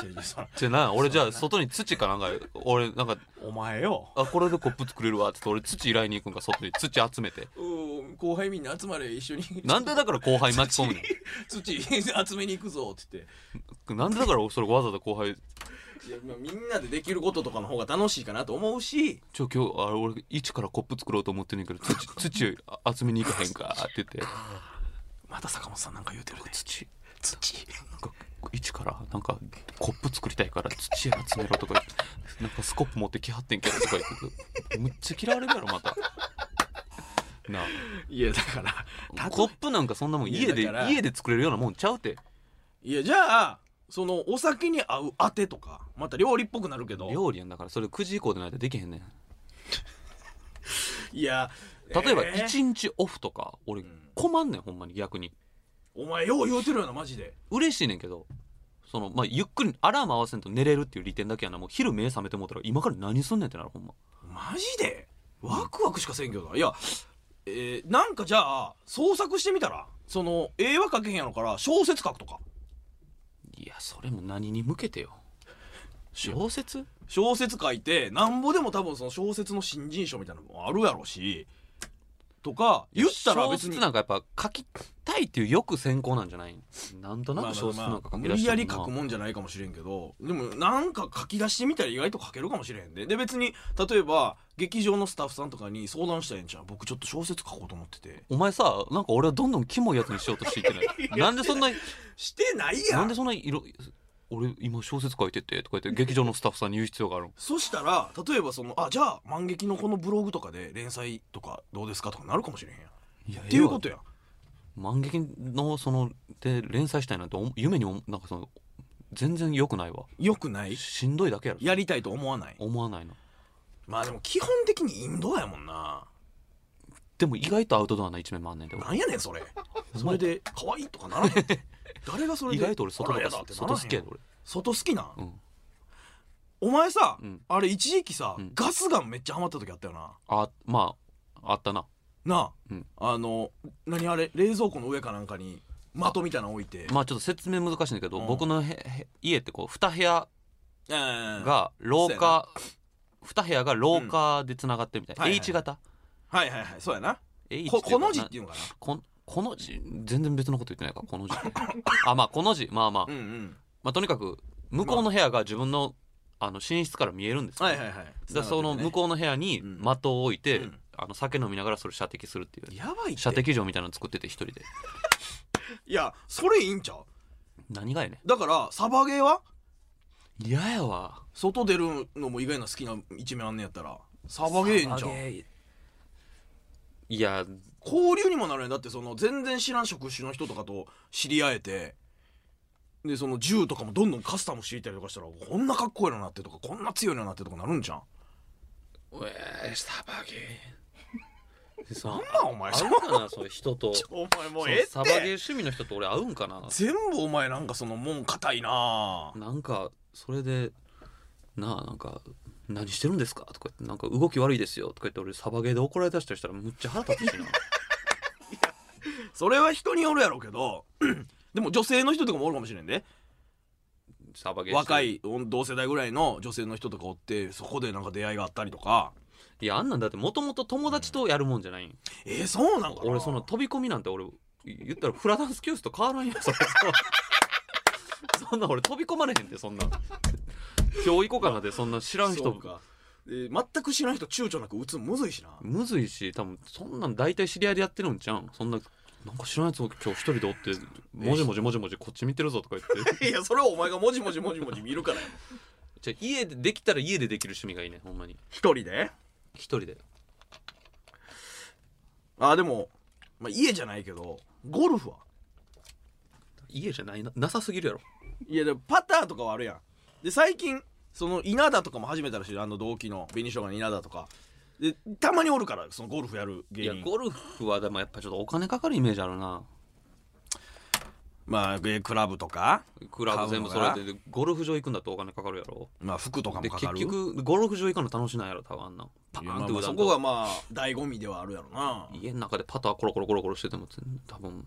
[SPEAKER 1] いやいやそら
[SPEAKER 2] じゃあな俺じゃあ外に土かなんか俺なんか
[SPEAKER 1] お前よ
[SPEAKER 2] あこれでコップ作れるわっつって俺土依頼に行くんか外に土集めて
[SPEAKER 1] うん後輩みんな集まれ一緒に
[SPEAKER 2] なんでだから後輩巻き込む
[SPEAKER 1] 土集めに行くぞって言って
[SPEAKER 2] のなんでだからそれわざわざ後輩
[SPEAKER 1] いやまあみんなでできることとかの方が楽しいかなと思うし
[SPEAKER 2] ちょ今日あれ俺一からコップ作ろうと思ってんねんけど土土あ集めに行かへんかって言って
[SPEAKER 1] また坂本さんなんか言うてるね
[SPEAKER 2] 土
[SPEAKER 1] 土
[SPEAKER 2] なんか一からなんかコップ作りたいから土集めろとか言ってなんかスコップ持ってきはってんけどとか言ってむっちゃ嫌われるやろまたなあ
[SPEAKER 1] いやだから
[SPEAKER 2] コップなんかそんなもん
[SPEAKER 1] いや
[SPEAKER 2] 家で
[SPEAKER 1] だから
[SPEAKER 2] 家で作れるようなもんちゃうて
[SPEAKER 1] いやじゃあそのお酒に合うあてとかまた料理っぽくなるけど
[SPEAKER 2] 料理やんだからそれ9時以降でないとできへんねん
[SPEAKER 1] いや
[SPEAKER 2] 例えば
[SPEAKER 1] えー
[SPEAKER 2] 1日オフとか俺
[SPEAKER 1] ん
[SPEAKER 2] 困んねんほんまに逆に
[SPEAKER 1] お前よう言うてるよなマジで
[SPEAKER 2] 嬉しいねんけどそのまあゆっくりアラーム合わせんと寝れるっていう利点だけやなもう昼目覚めてもうたら今から何すんねんってなるほんま
[SPEAKER 1] マジでワクワクしかせんけどないやえーなんかじゃあ創作してみたらその絵は描けへんやろから小説書くとか
[SPEAKER 2] いやそれも何に向けてよ小説
[SPEAKER 1] 小説書いてなんぼでも多分その小説の新人賞みたいなのもあるやろしとか言ったら別
[SPEAKER 2] 小
[SPEAKER 1] に
[SPEAKER 2] 説なんかやっぱ書きたいっていうよく先行なんじゃないなんとなく小説なんか書き
[SPEAKER 1] 無
[SPEAKER 2] 出し
[SPEAKER 1] 理
[SPEAKER 2] て
[SPEAKER 1] や
[SPEAKER 2] る
[SPEAKER 1] り
[SPEAKER 2] な
[SPEAKER 1] 書くもんじゃないかもしれんけどでもなんか書き出してみたら意外と書けるかもしれへんでで別に例えば劇場のスタッフさんとかに相談したらええんちゃう僕ちょっと小説書こうと思ってて
[SPEAKER 2] お前さなんか俺はどんどんキモいやつにしようとしてい ってないなんでそんな
[SPEAKER 1] してないや
[SPEAKER 2] なんんでそんないろ俺今小説書いててとか言って劇場のスタッフさんに言う必要があるの
[SPEAKER 1] そしたら例えばそのあじゃあ万劇のこのブログとかで連載とかどうですかとかなるかもしれへんやんっ
[SPEAKER 2] いや
[SPEAKER 1] ていうことやん
[SPEAKER 2] 万劇のそので連載したいなんてお夢におなんかその全然良くないわ
[SPEAKER 1] よくない
[SPEAKER 2] しんどいだけやろ
[SPEAKER 1] やりたいと思わない
[SPEAKER 2] 思わないの
[SPEAKER 1] まあでも基本的にインドアやもんな
[SPEAKER 2] でも意外とアウトドアな一面もあんねんで俺
[SPEAKER 1] なんやねん それそれで可愛いとかならへんって誰がそれで
[SPEAKER 2] 意外と俺外
[SPEAKER 1] ほ
[SPEAKER 2] と
[SPEAKER 1] らや
[SPEAKER 2] か
[SPEAKER 1] だって
[SPEAKER 2] 外
[SPEAKER 1] ならへん
[SPEAKER 2] 好きやで俺
[SPEAKER 1] 外好きな、
[SPEAKER 2] うん
[SPEAKER 1] お前さ、
[SPEAKER 2] うん
[SPEAKER 1] あれ一時期さ、
[SPEAKER 2] うん
[SPEAKER 1] ガスガンめっちゃハマった時あったよな
[SPEAKER 2] あまああったな
[SPEAKER 1] なあ、
[SPEAKER 2] うん
[SPEAKER 1] あの何あれ冷蔵庫の上かなんかに的みたいなの置いて、
[SPEAKER 2] まあちょっと説明難しいんだけど、
[SPEAKER 1] うん
[SPEAKER 2] 僕のへへ家ってこう2部屋
[SPEAKER 1] えー
[SPEAKER 2] が廊下、2部屋が廊下でつながってるみたいな、
[SPEAKER 1] うんはいはい
[SPEAKER 2] H 型
[SPEAKER 1] はいはいはいそうやな
[SPEAKER 2] H
[SPEAKER 1] こ
[SPEAKER 2] っていう
[SPEAKER 1] こ
[SPEAKER 2] か
[SPEAKER 1] の字っていうのか
[SPEAKER 2] こんこの字全然別のこと言ってないかこの字あまあこの字まあまあ、
[SPEAKER 1] なうんうん
[SPEAKER 2] まあ、とにかく向こうの部屋が自分の,、あの寝室から見えるんですよ
[SPEAKER 1] はいはいはい
[SPEAKER 2] だからその向こうの部屋に
[SPEAKER 1] うん
[SPEAKER 2] 的を置いて、
[SPEAKER 1] うん
[SPEAKER 2] あの酒飲みながらそれ射的するっていう
[SPEAKER 1] うやばいって
[SPEAKER 2] 射的場みたいなの作ってて一人で
[SPEAKER 1] いやそれいいんちゃう
[SPEAKER 2] 何がやね
[SPEAKER 1] だからサバゲーは
[SPEAKER 2] ん嫌やわ
[SPEAKER 1] 外出るのも意外な好きな一面あんねやったらサバゲーいいんちゃう
[SPEAKER 2] いや
[SPEAKER 1] 交流にもなるねだってその全然知らん職種の人とかと知り合えてでその銃とかもどんどんカスタムしていったりとかしたらこんなかっこいいのなってとかこんな強いのなってとかなるんじゃん
[SPEAKER 2] えサバゲーそ
[SPEAKER 1] なん
[SPEAKER 2] う
[SPEAKER 1] なんお前
[SPEAKER 2] 合
[SPEAKER 1] そう
[SPEAKER 2] かなその人と
[SPEAKER 1] ちょお前もう
[SPEAKER 2] その
[SPEAKER 1] ええ
[SPEAKER 2] サバゲー
[SPEAKER 1] って
[SPEAKER 2] 趣味の人と俺合うんかな
[SPEAKER 1] 全部お前なんかそのもん硬いな
[SPEAKER 2] なんかそれでなあなんか何してるんですかとか言ってなんか動き悪いですよとか言って俺サバゲーで怒られた人したらむっちゃ腹立 つしな
[SPEAKER 1] それは人によるやろうけど でも女性の人とかもおるかもしれんで
[SPEAKER 2] サバゲーして
[SPEAKER 1] 若い同世代ぐらいの女性の人とかおってそこでなんか出会いがあったりとか
[SPEAKER 2] いやあんなんだってもともと友達とやるもんじゃないん
[SPEAKER 1] えー、そうなんかな
[SPEAKER 2] 俺その飛び込みなんて俺言ったらフラダンス教室と変わらんよそれ そんな俺飛び込まれへんってそんな今日行こうかなでそんな知らん
[SPEAKER 1] そ
[SPEAKER 2] 人
[SPEAKER 1] うか、えー全く知らん人躊躇なく打つのむずいしな
[SPEAKER 2] むずいし多分そんなん大体知り合いでやってるんじゃんそんななんか知らんやつを今日一人でおってもじもじもじもじこっち見てるぞとか言って
[SPEAKER 1] いやそれはお前がもじもじもじもじ見るからや
[SPEAKER 2] じゃあ家でできたら家でできる趣味がいいねほんまに
[SPEAKER 1] 一人で
[SPEAKER 2] 一人で
[SPEAKER 1] あでも、まあ、家じゃないけどゴルフは
[SPEAKER 2] 家じゃないななさすぎるやろ
[SPEAKER 1] いやでもパターとかはあるやんで最近その稲田とかも始めたらしいあの同期の紅生姜の稲田とかでたまにおるからそのゴルフやる
[SPEAKER 2] い
[SPEAKER 1] 芸
[SPEAKER 2] や
[SPEAKER 1] 人
[SPEAKER 2] ゴルフはでもやっぱちょっとお金かかるイメージあるな
[SPEAKER 1] まあえクラブとか、
[SPEAKER 2] クラブ全部揃えてゴルフ場行くんだとお金かかるやろ
[SPEAKER 1] まあ、服とかも
[SPEAKER 2] で
[SPEAKER 1] かか
[SPEAKER 2] 結
[SPEAKER 1] る
[SPEAKER 2] 局ゴルフ場行かんの楽しないやろ多分あんなパ
[SPEAKER 1] いや
[SPEAKER 2] ーン
[SPEAKER 1] ま
[SPEAKER 2] っ
[SPEAKER 1] あ
[SPEAKER 2] て
[SPEAKER 1] まあ
[SPEAKER 2] 打た
[SPEAKER 1] そ
[SPEAKER 2] ん
[SPEAKER 1] こが
[SPEAKER 2] と
[SPEAKER 1] まあ醍醐味ではあるやろな
[SPEAKER 2] 家の中でパターコロコロコロコロしてても多分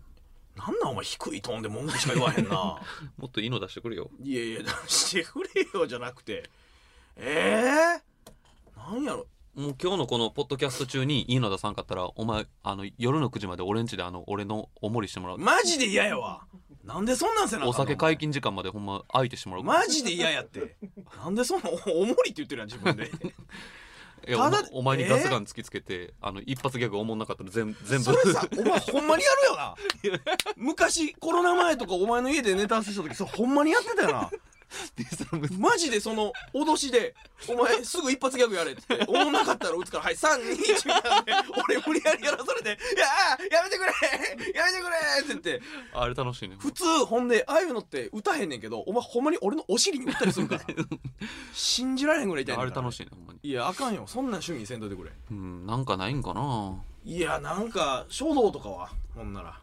[SPEAKER 1] なんなんお前低いトーンで文句しか言わへんな
[SPEAKER 2] もっといいの出してくるよ
[SPEAKER 1] いやいや出してくれよじゃなくてええー、なんやろ
[SPEAKER 2] もう今日のこのポッドキャスト中にいいの出さんかったらお前あの夜の9時まで俺んちであの俺のおもりしてもらう
[SPEAKER 1] マジで嫌やわなんでそんなんせなあかん
[SPEAKER 2] お
[SPEAKER 1] の
[SPEAKER 2] 酒解禁時間までほんま相手してもらう
[SPEAKER 1] マジで嫌やってなんでそんなおおもりって言ってるやん自分 で
[SPEAKER 2] いや
[SPEAKER 1] ただ
[SPEAKER 2] おお前にガスガン突きつけて、あの一発ギャグおもんなかったら全全部
[SPEAKER 1] それさお前ほんまにやるよな昔コロナ前とかお前の家でネタ合わせした時それほんまにやってたよなマジでその脅しで「お前すぐ一発ギャグやれ」って言って「おもんなかったら打つからはい321」で俺無理やりやらされて「いやーやめてくれやめてくれ」って言って
[SPEAKER 2] あれ楽しいね
[SPEAKER 1] 普通ほんでああいうのって歌へんねんけどお前ほんまに俺のお尻に打ったりす るから信じられへんぐらい痛いね
[SPEAKER 2] あ
[SPEAKER 1] ん
[SPEAKER 2] れ
[SPEAKER 1] から
[SPEAKER 2] 楽しいねほんまに
[SPEAKER 1] いやあかんよそんな趣味せんといてくれ
[SPEAKER 2] うんなんかないんかない
[SPEAKER 1] やなんか書道とかはほんなら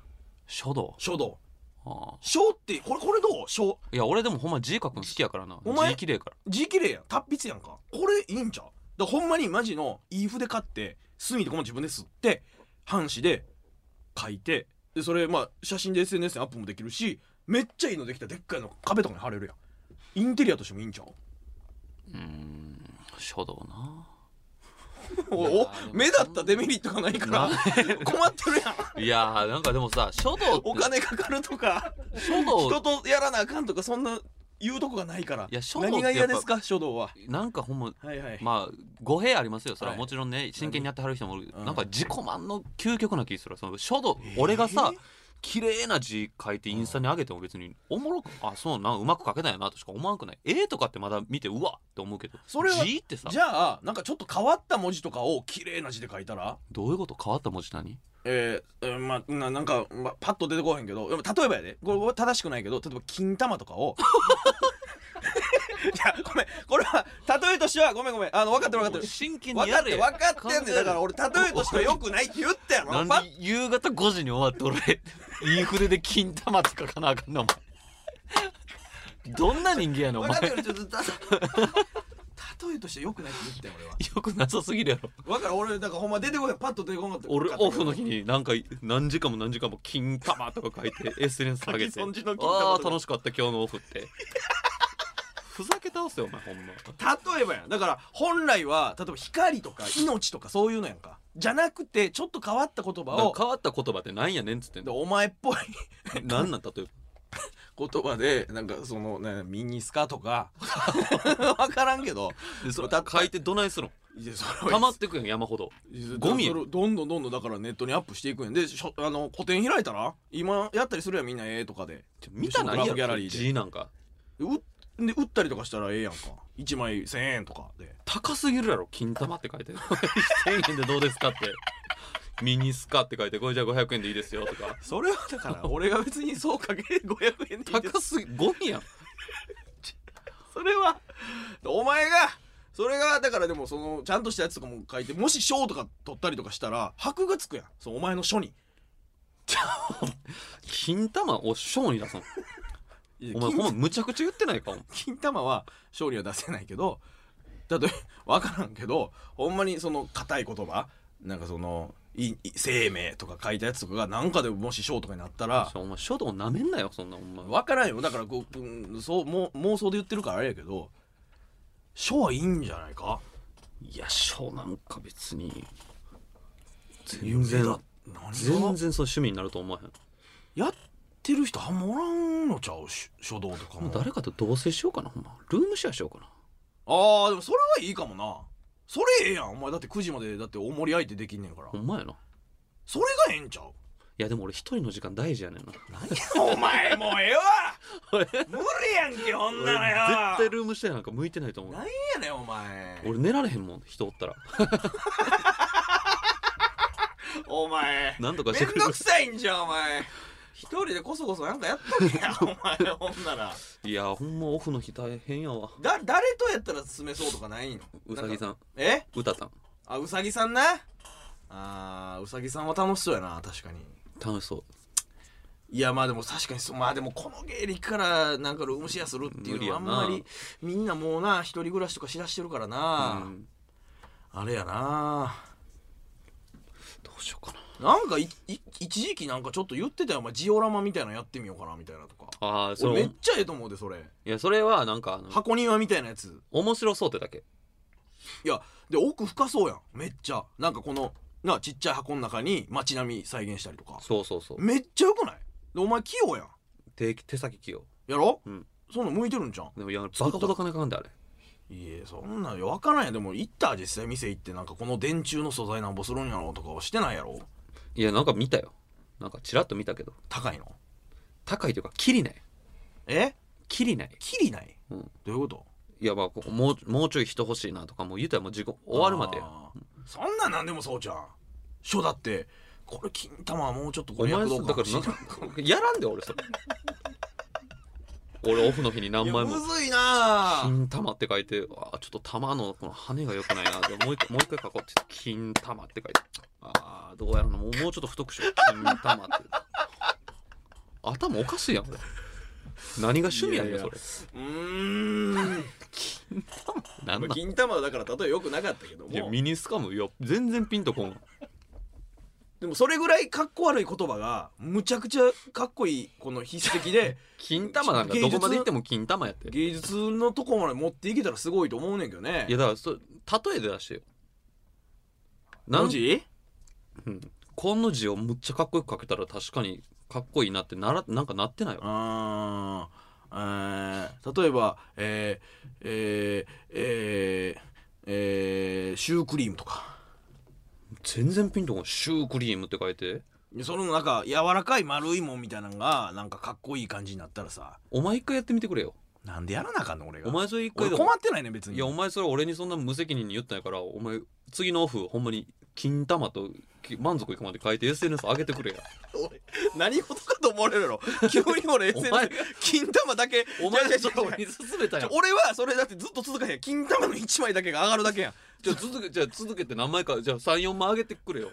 [SPEAKER 2] 書道
[SPEAKER 1] 書道
[SPEAKER 2] ああ
[SPEAKER 1] 書ってこれこれどう書
[SPEAKER 2] いや俺でもほんま字書くの好きやからな
[SPEAKER 1] お前
[SPEAKER 2] 字綺麗から
[SPEAKER 1] 字綺麗やん達筆やんかこれいいんちゃうだからほんまにマジのいい筆買って墨とかも自分で吸って半紙で書いてでそれまあ写真で SNS にアップもできるしめっちゃいいのできたでっかいの壁とかに貼れるやんインテリアとしてもいいんちゃう
[SPEAKER 2] うん書道な
[SPEAKER 1] おお目立ったデメリットがない から困ってるやん
[SPEAKER 2] いやーなんかでもさ書道って
[SPEAKER 1] お金かかるとか
[SPEAKER 2] 書
[SPEAKER 1] 人
[SPEAKER 2] 道
[SPEAKER 1] とやらなあかんとかそんな言うとこがないから
[SPEAKER 2] いや書道って
[SPEAKER 1] 何が嫌ですか書道は
[SPEAKER 2] なんかほんま
[SPEAKER 1] はいはい、
[SPEAKER 2] まあ語弊ありますよそれは
[SPEAKER 1] はい
[SPEAKER 2] もちろんね真剣にやってはる人もおる
[SPEAKER 1] うん
[SPEAKER 2] なんか自己満の究極な気するその書道俺がさ
[SPEAKER 1] えー
[SPEAKER 2] 綺麗な字書いてインスタに上げても別におもろくあそうなうまく書けないなとしか思わんくない絵とかってまだ見てうわって思うけど
[SPEAKER 1] それは
[SPEAKER 2] 字ってさ
[SPEAKER 1] じゃあなんかちょっと変わった文字とかを綺麗な字で書いたら
[SPEAKER 2] どういうこと変わった文字何
[SPEAKER 1] えーえーまあななんか、まあ、パッと出てこへんけどでも例えばやでこれは正しくないけど例えば金玉とか をいやごめんこれは例えとしてはごめんごめんあの分かってる分かってる
[SPEAKER 2] 真剣に
[SPEAKER 1] 分か
[SPEAKER 2] や
[SPEAKER 1] って
[SPEAKER 2] れ
[SPEAKER 1] る分かってんねんだから俺例えとしてはよくないって言ったやろ
[SPEAKER 2] なんで
[SPEAKER 1] パッ
[SPEAKER 2] 夕方5時に終わって俺インフレで金玉つかかなあかんなお前どんな人間やねんお
[SPEAKER 1] 分か
[SPEAKER 2] 前
[SPEAKER 1] ってるちょっとた例えとしてよくないって言ったよ俺は
[SPEAKER 2] よくなさすぎるやろ
[SPEAKER 1] 分かる俺だからほんま出てこないパッと出てこなかった
[SPEAKER 2] 俺オフの日に何か何時間も何時間も「金玉」とか書い て SNS 上げて「
[SPEAKER 1] 書き損じの金玉とか
[SPEAKER 2] ああ楽しかった今日のオフ」って ふざけ倒せよお前ほんま
[SPEAKER 1] 例えばやんだから本来は例えば光とか命とかそういうのやんかじゃなくてちょっと変わった言葉
[SPEAKER 2] なん
[SPEAKER 1] を
[SPEAKER 2] か変わった言葉ってなんやねんっつってん
[SPEAKER 1] で
[SPEAKER 2] の
[SPEAKER 1] お前っぽい
[SPEAKER 2] なんなん例えば
[SPEAKER 1] 言葉でなんかそのねミニスカとか 分からんけど
[SPEAKER 2] でそれ
[SPEAKER 1] たった
[SPEAKER 2] 書いてどないする
[SPEAKER 1] いやそれ
[SPEAKER 2] の
[SPEAKER 1] は
[SPEAKER 2] 溜まってくやん山ほど
[SPEAKER 1] いや
[SPEAKER 2] ゴミやん
[SPEAKER 1] それをどんどんどんどんだからネットにアップしていくんやんでしょあの個展開いたら今やったりするやんみんなええとかで
[SPEAKER 2] ちょ見たない
[SPEAKER 1] ギャ
[SPEAKER 2] や
[SPEAKER 1] ラ
[SPEAKER 2] ろ
[SPEAKER 1] リーで
[SPEAKER 2] 字なんか
[SPEAKER 1] でうで打ったりとかしたらええやんか1枚1000円とかで
[SPEAKER 2] 高すぎるやろ金玉って書 いて1000円でどうですかってミニスカって書いてこれじゃあ500円でいいですよとか
[SPEAKER 1] それはだ から俺が別にそうかけ500円でいいです
[SPEAKER 2] 高すぎゴミやん
[SPEAKER 1] それはお前がそれがだからでもそのちゃんとしたやつとかも書いてもし賞とか取ったりとかしたら箔がつくやんそのお前の書に
[SPEAKER 2] 金玉を賞に出すのお前ほんま
[SPEAKER 1] 金
[SPEAKER 2] むちゃくちゃ言ってないかお前
[SPEAKER 1] 金玉は賞には出せないけどだって分からんけどほんまにその硬い言葉なんかそのいい生命とか書いたやつとかがなんかでもし賞とかになったら
[SPEAKER 2] お前書道なめんなよそんなお前
[SPEAKER 1] 分からんよだからこう、うん、そうもう妄想で言ってるからあれやけど賞はいいんじゃないか
[SPEAKER 2] いや書なんか別に全然
[SPEAKER 1] 何
[SPEAKER 2] 全
[SPEAKER 1] が
[SPEAKER 2] 然そう趣味になると思わへん
[SPEAKER 1] やってる人あんまおらんのちゃうし書道とか
[SPEAKER 2] も
[SPEAKER 1] も
[SPEAKER 2] う誰かと同棲しようかなほんまルームシェアしようかな
[SPEAKER 1] ああでもそれはいいかもなそれええやんお前だって9時までだっておもり相手できんねんから
[SPEAKER 2] ほんまやない
[SPEAKER 1] それがええんちゃう
[SPEAKER 2] やでも俺一人の時間大事やねんな
[SPEAKER 1] 何やお前もうええわ
[SPEAKER 2] 俺
[SPEAKER 1] 無理やんけほん
[SPEAKER 2] 絶
[SPEAKER 1] ならよ
[SPEAKER 2] 対ルームシェアなんか向いてないと思う
[SPEAKER 1] 何やねんお前
[SPEAKER 2] 俺寝られへんもん人おったら
[SPEAKER 1] お前
[SPEAKER 2] なんと
[SPEAKER 1] め
[SPEAKER 2] かしてく
[SPEAKER 1] ん
[SPEAKER 2] れ
[SPEAKER 1] どくさいんじゃんお前一人でこそこそなんかやっとけやお前ほんなら
[SPEAKER 2] いやほんまオフの日大変やわ
[SPEAKER 1] だ誰とやったら進めそうとかないの
[SPEAKER 2] うさぎさ
[SPEAKER 1] んか
[SPEAKER 2] ん
[SPEAKER 1] え
[SPEAKER 2] うたたん
[SPEAKER 1] あうさぎさんなあーうさぎさんは楽しそうやな確かに
[SPEAKER 2] 楽しそう
[SPEAKER 1] いやまあでも確かにそうまあでもこの芸歴からなんかルームシェアするってい
[SPEAKER 2] 無
[SPEAKER 1] うのは
[SPEAKER 2] 理や
[SPEAKER 1] あんま
[SPEAKER 2] な
[SPEAKER 1] りみんなもうな一人暮らしとかしだしてるからな、
[SPEAKER 2] うん
[SPEAKER 1] あれやな
[SPEAKER 2] どうしようかな
[SPEAKER 1] なんかいい一時期なんかちょっと言ってたよお前ジオラマみたいなのやってみようかなみたいなとか
[SPEAKER 2] ああそ
[SPEAKER 1] 俺め
[SPEAKER 2] れ
[SPEAKER 1] っちゃええと思うでそれ
[SPEAKER 2] いやそれはなんかあの
[SPEAKER 1] 箱庭みたいなやつ
[SPEAKER 2] 面白そうってだけ
[SPEAKER 1] いやで奥深そうやんめっちゃなんかこのなちっちゃい箱の中に街並み再現したりとか
[SPEAKER 2] そうそうそう
[SPEAKER 1] めっちゃよくないでお前器用やん
[SPEAKER 2] 手手先器用
[SPEAKER 1] やろ、
[SPEAKER 2] うん
[SPEAKER 1] そんなん向いてるんじゃん
[SPEAKER 2] でもいやバカほど金かかんであれ
[SPEAKER 1] いやそんなんよ分からんやんでも行った実際店行ってなんかこの電柱の素材なんぼするんやろとかはしてないやろ
[SPEAKER 2] いやなんか見たよなんかチラッと見たけど
[SPEAKER 1] 高いの
[SPEAKER 2] 高いというかキリない
[SPEAKER 1] え
[SPEAKER 2] キリない
[SPEAKER 1] キリない、
[SPEAKER 2] うん
[SPEAKER 1] どういうこと
[SPEAKER 2] いやまあこもうもうちょい人欲しいなとかもう言うたらもう時間終わるまでや
[SPEAKER 1] あーそんなんなんでもそうじゃん初だってこれ金玉はもうちょっとこ
[SPEAKER 2] お
[SPEAKER 1] れ
[SPEAKER 2] 前
[SPEAKER 1] 躍
[SPEAKER 2] そ
[SPEAKER 1] 動
[SPEAKER 2] う
[SPEAKER 1] 感
[SPEAKER 2] だか
[SPEAKER 1] 欲
[SPEAKER 2] ら
[SPEAKER 1] しいな
[SPEAKER 2] なやらんで俺 それ俺オフの日に
[SPEAKER 1] い
[SPEAKER 2] 何
[SPEAKER 1] や
[SPEAKER 2] 枚
[SPEAKER 1] む
[SPEAKER 2] も
[SPEAKER 1] ずいな
[SPEAKER 2] 金玉って書いて、あちょっと玉のこの羽が良くないな。でもう一回、もう一回書こうって。金玉って書いて。ああ、どうやらな。もうもうちょっと太くしよう。金玉って。頭おかしいやん、これ。何が趣味やね
[SPEAKER 1] い
[SPEAKER 2] ん、
[SPEAKER 1] やい
[SPEAKER 2] そ
[SPEAKER 1] や
[SPEAKER 2] れ。
[SPEAKER 1] うーん
[SPEAKER 2] なん
[SPEAKER 1] まあ
[SPEAKER 2] なんい
[SPEAKER 1] 銀玉だから例えよくなかったけど
[SPEAKER 2] や、
[SPEAKER 1] も
[SPEAKER 2] ミニスカも、いや、全然ピンとこんわ。
[SPEAKER 1] でもそれぐらいかっこ悪い言葉がむちゃくちゃかっこいいこの筆跡 で
[SPEAKER 2] 金玉なんか
[SPEAKER 1] 芸
[SPEAKER 2] ど
[SPEAKER 1] 術
[SPEAKER 2] こまで行っても金玉やって。い
[SPEAKER 1] 芸術のとこまで持っていけたらすごいと思うねんけどね
[SPEAKER 2] や、だからそ、例えで出してよ。な
[SPEAKER 1] 文
[SPEAKER 2] ん
[SPEAKER 1] 字
[SPEAKER 2] うんこの字をむっちゃかっこよく書けたら確かにかっこいいなってなら、なんかなってないわ。
[SPEAKER 1] あーえー例えばえー、えー、えー、えー、シュークリームとか
[SPEAKER 2] 全然ピンとこん。シュークリームって書いて。
[SPEAKER 1] でそのなんか柔らかい丸いもんみたいなのがなんかかっこいい感じになったらさ
[SPEAKER 2] お前一回やってみてくれよ。
[SPEAKER 1] なんでやらなあかんの俺が
[SPEAKER 2] お前それ一回
[SPEAKER 1] 俺
[SPEAKER 2] で。
[SPEAKER 1] 困ってないねん別に
[SPEAKER 2] いや、お前それ俺にそんな無責任に言ったんやから、お前、次のオフ、ほんまに、金玉とき満足いくまで書いて SNS 上げてくれや。
[SPEAKER 1] 俺何事かと思われるや ろ急に俺
[SPEAKER 2] お
[SPEAKER 1] SNS
[SPEAKER 2] 前
[SPEAKER 1] 金玉だけ
[SPEAKER 2] お前
[SPEAKER 1] 違う違う違う
[SPEAKER 2] がそれ俺に勧めたやん。
[SPEAKER 1] 俺はそれだってずっと続かへん金玉の1枚だけが上がるだけやん
[SPEAKER 2] じゃあ続け、じゃあ続けて何枚か、じゃあ3、4枚上げてくれよ。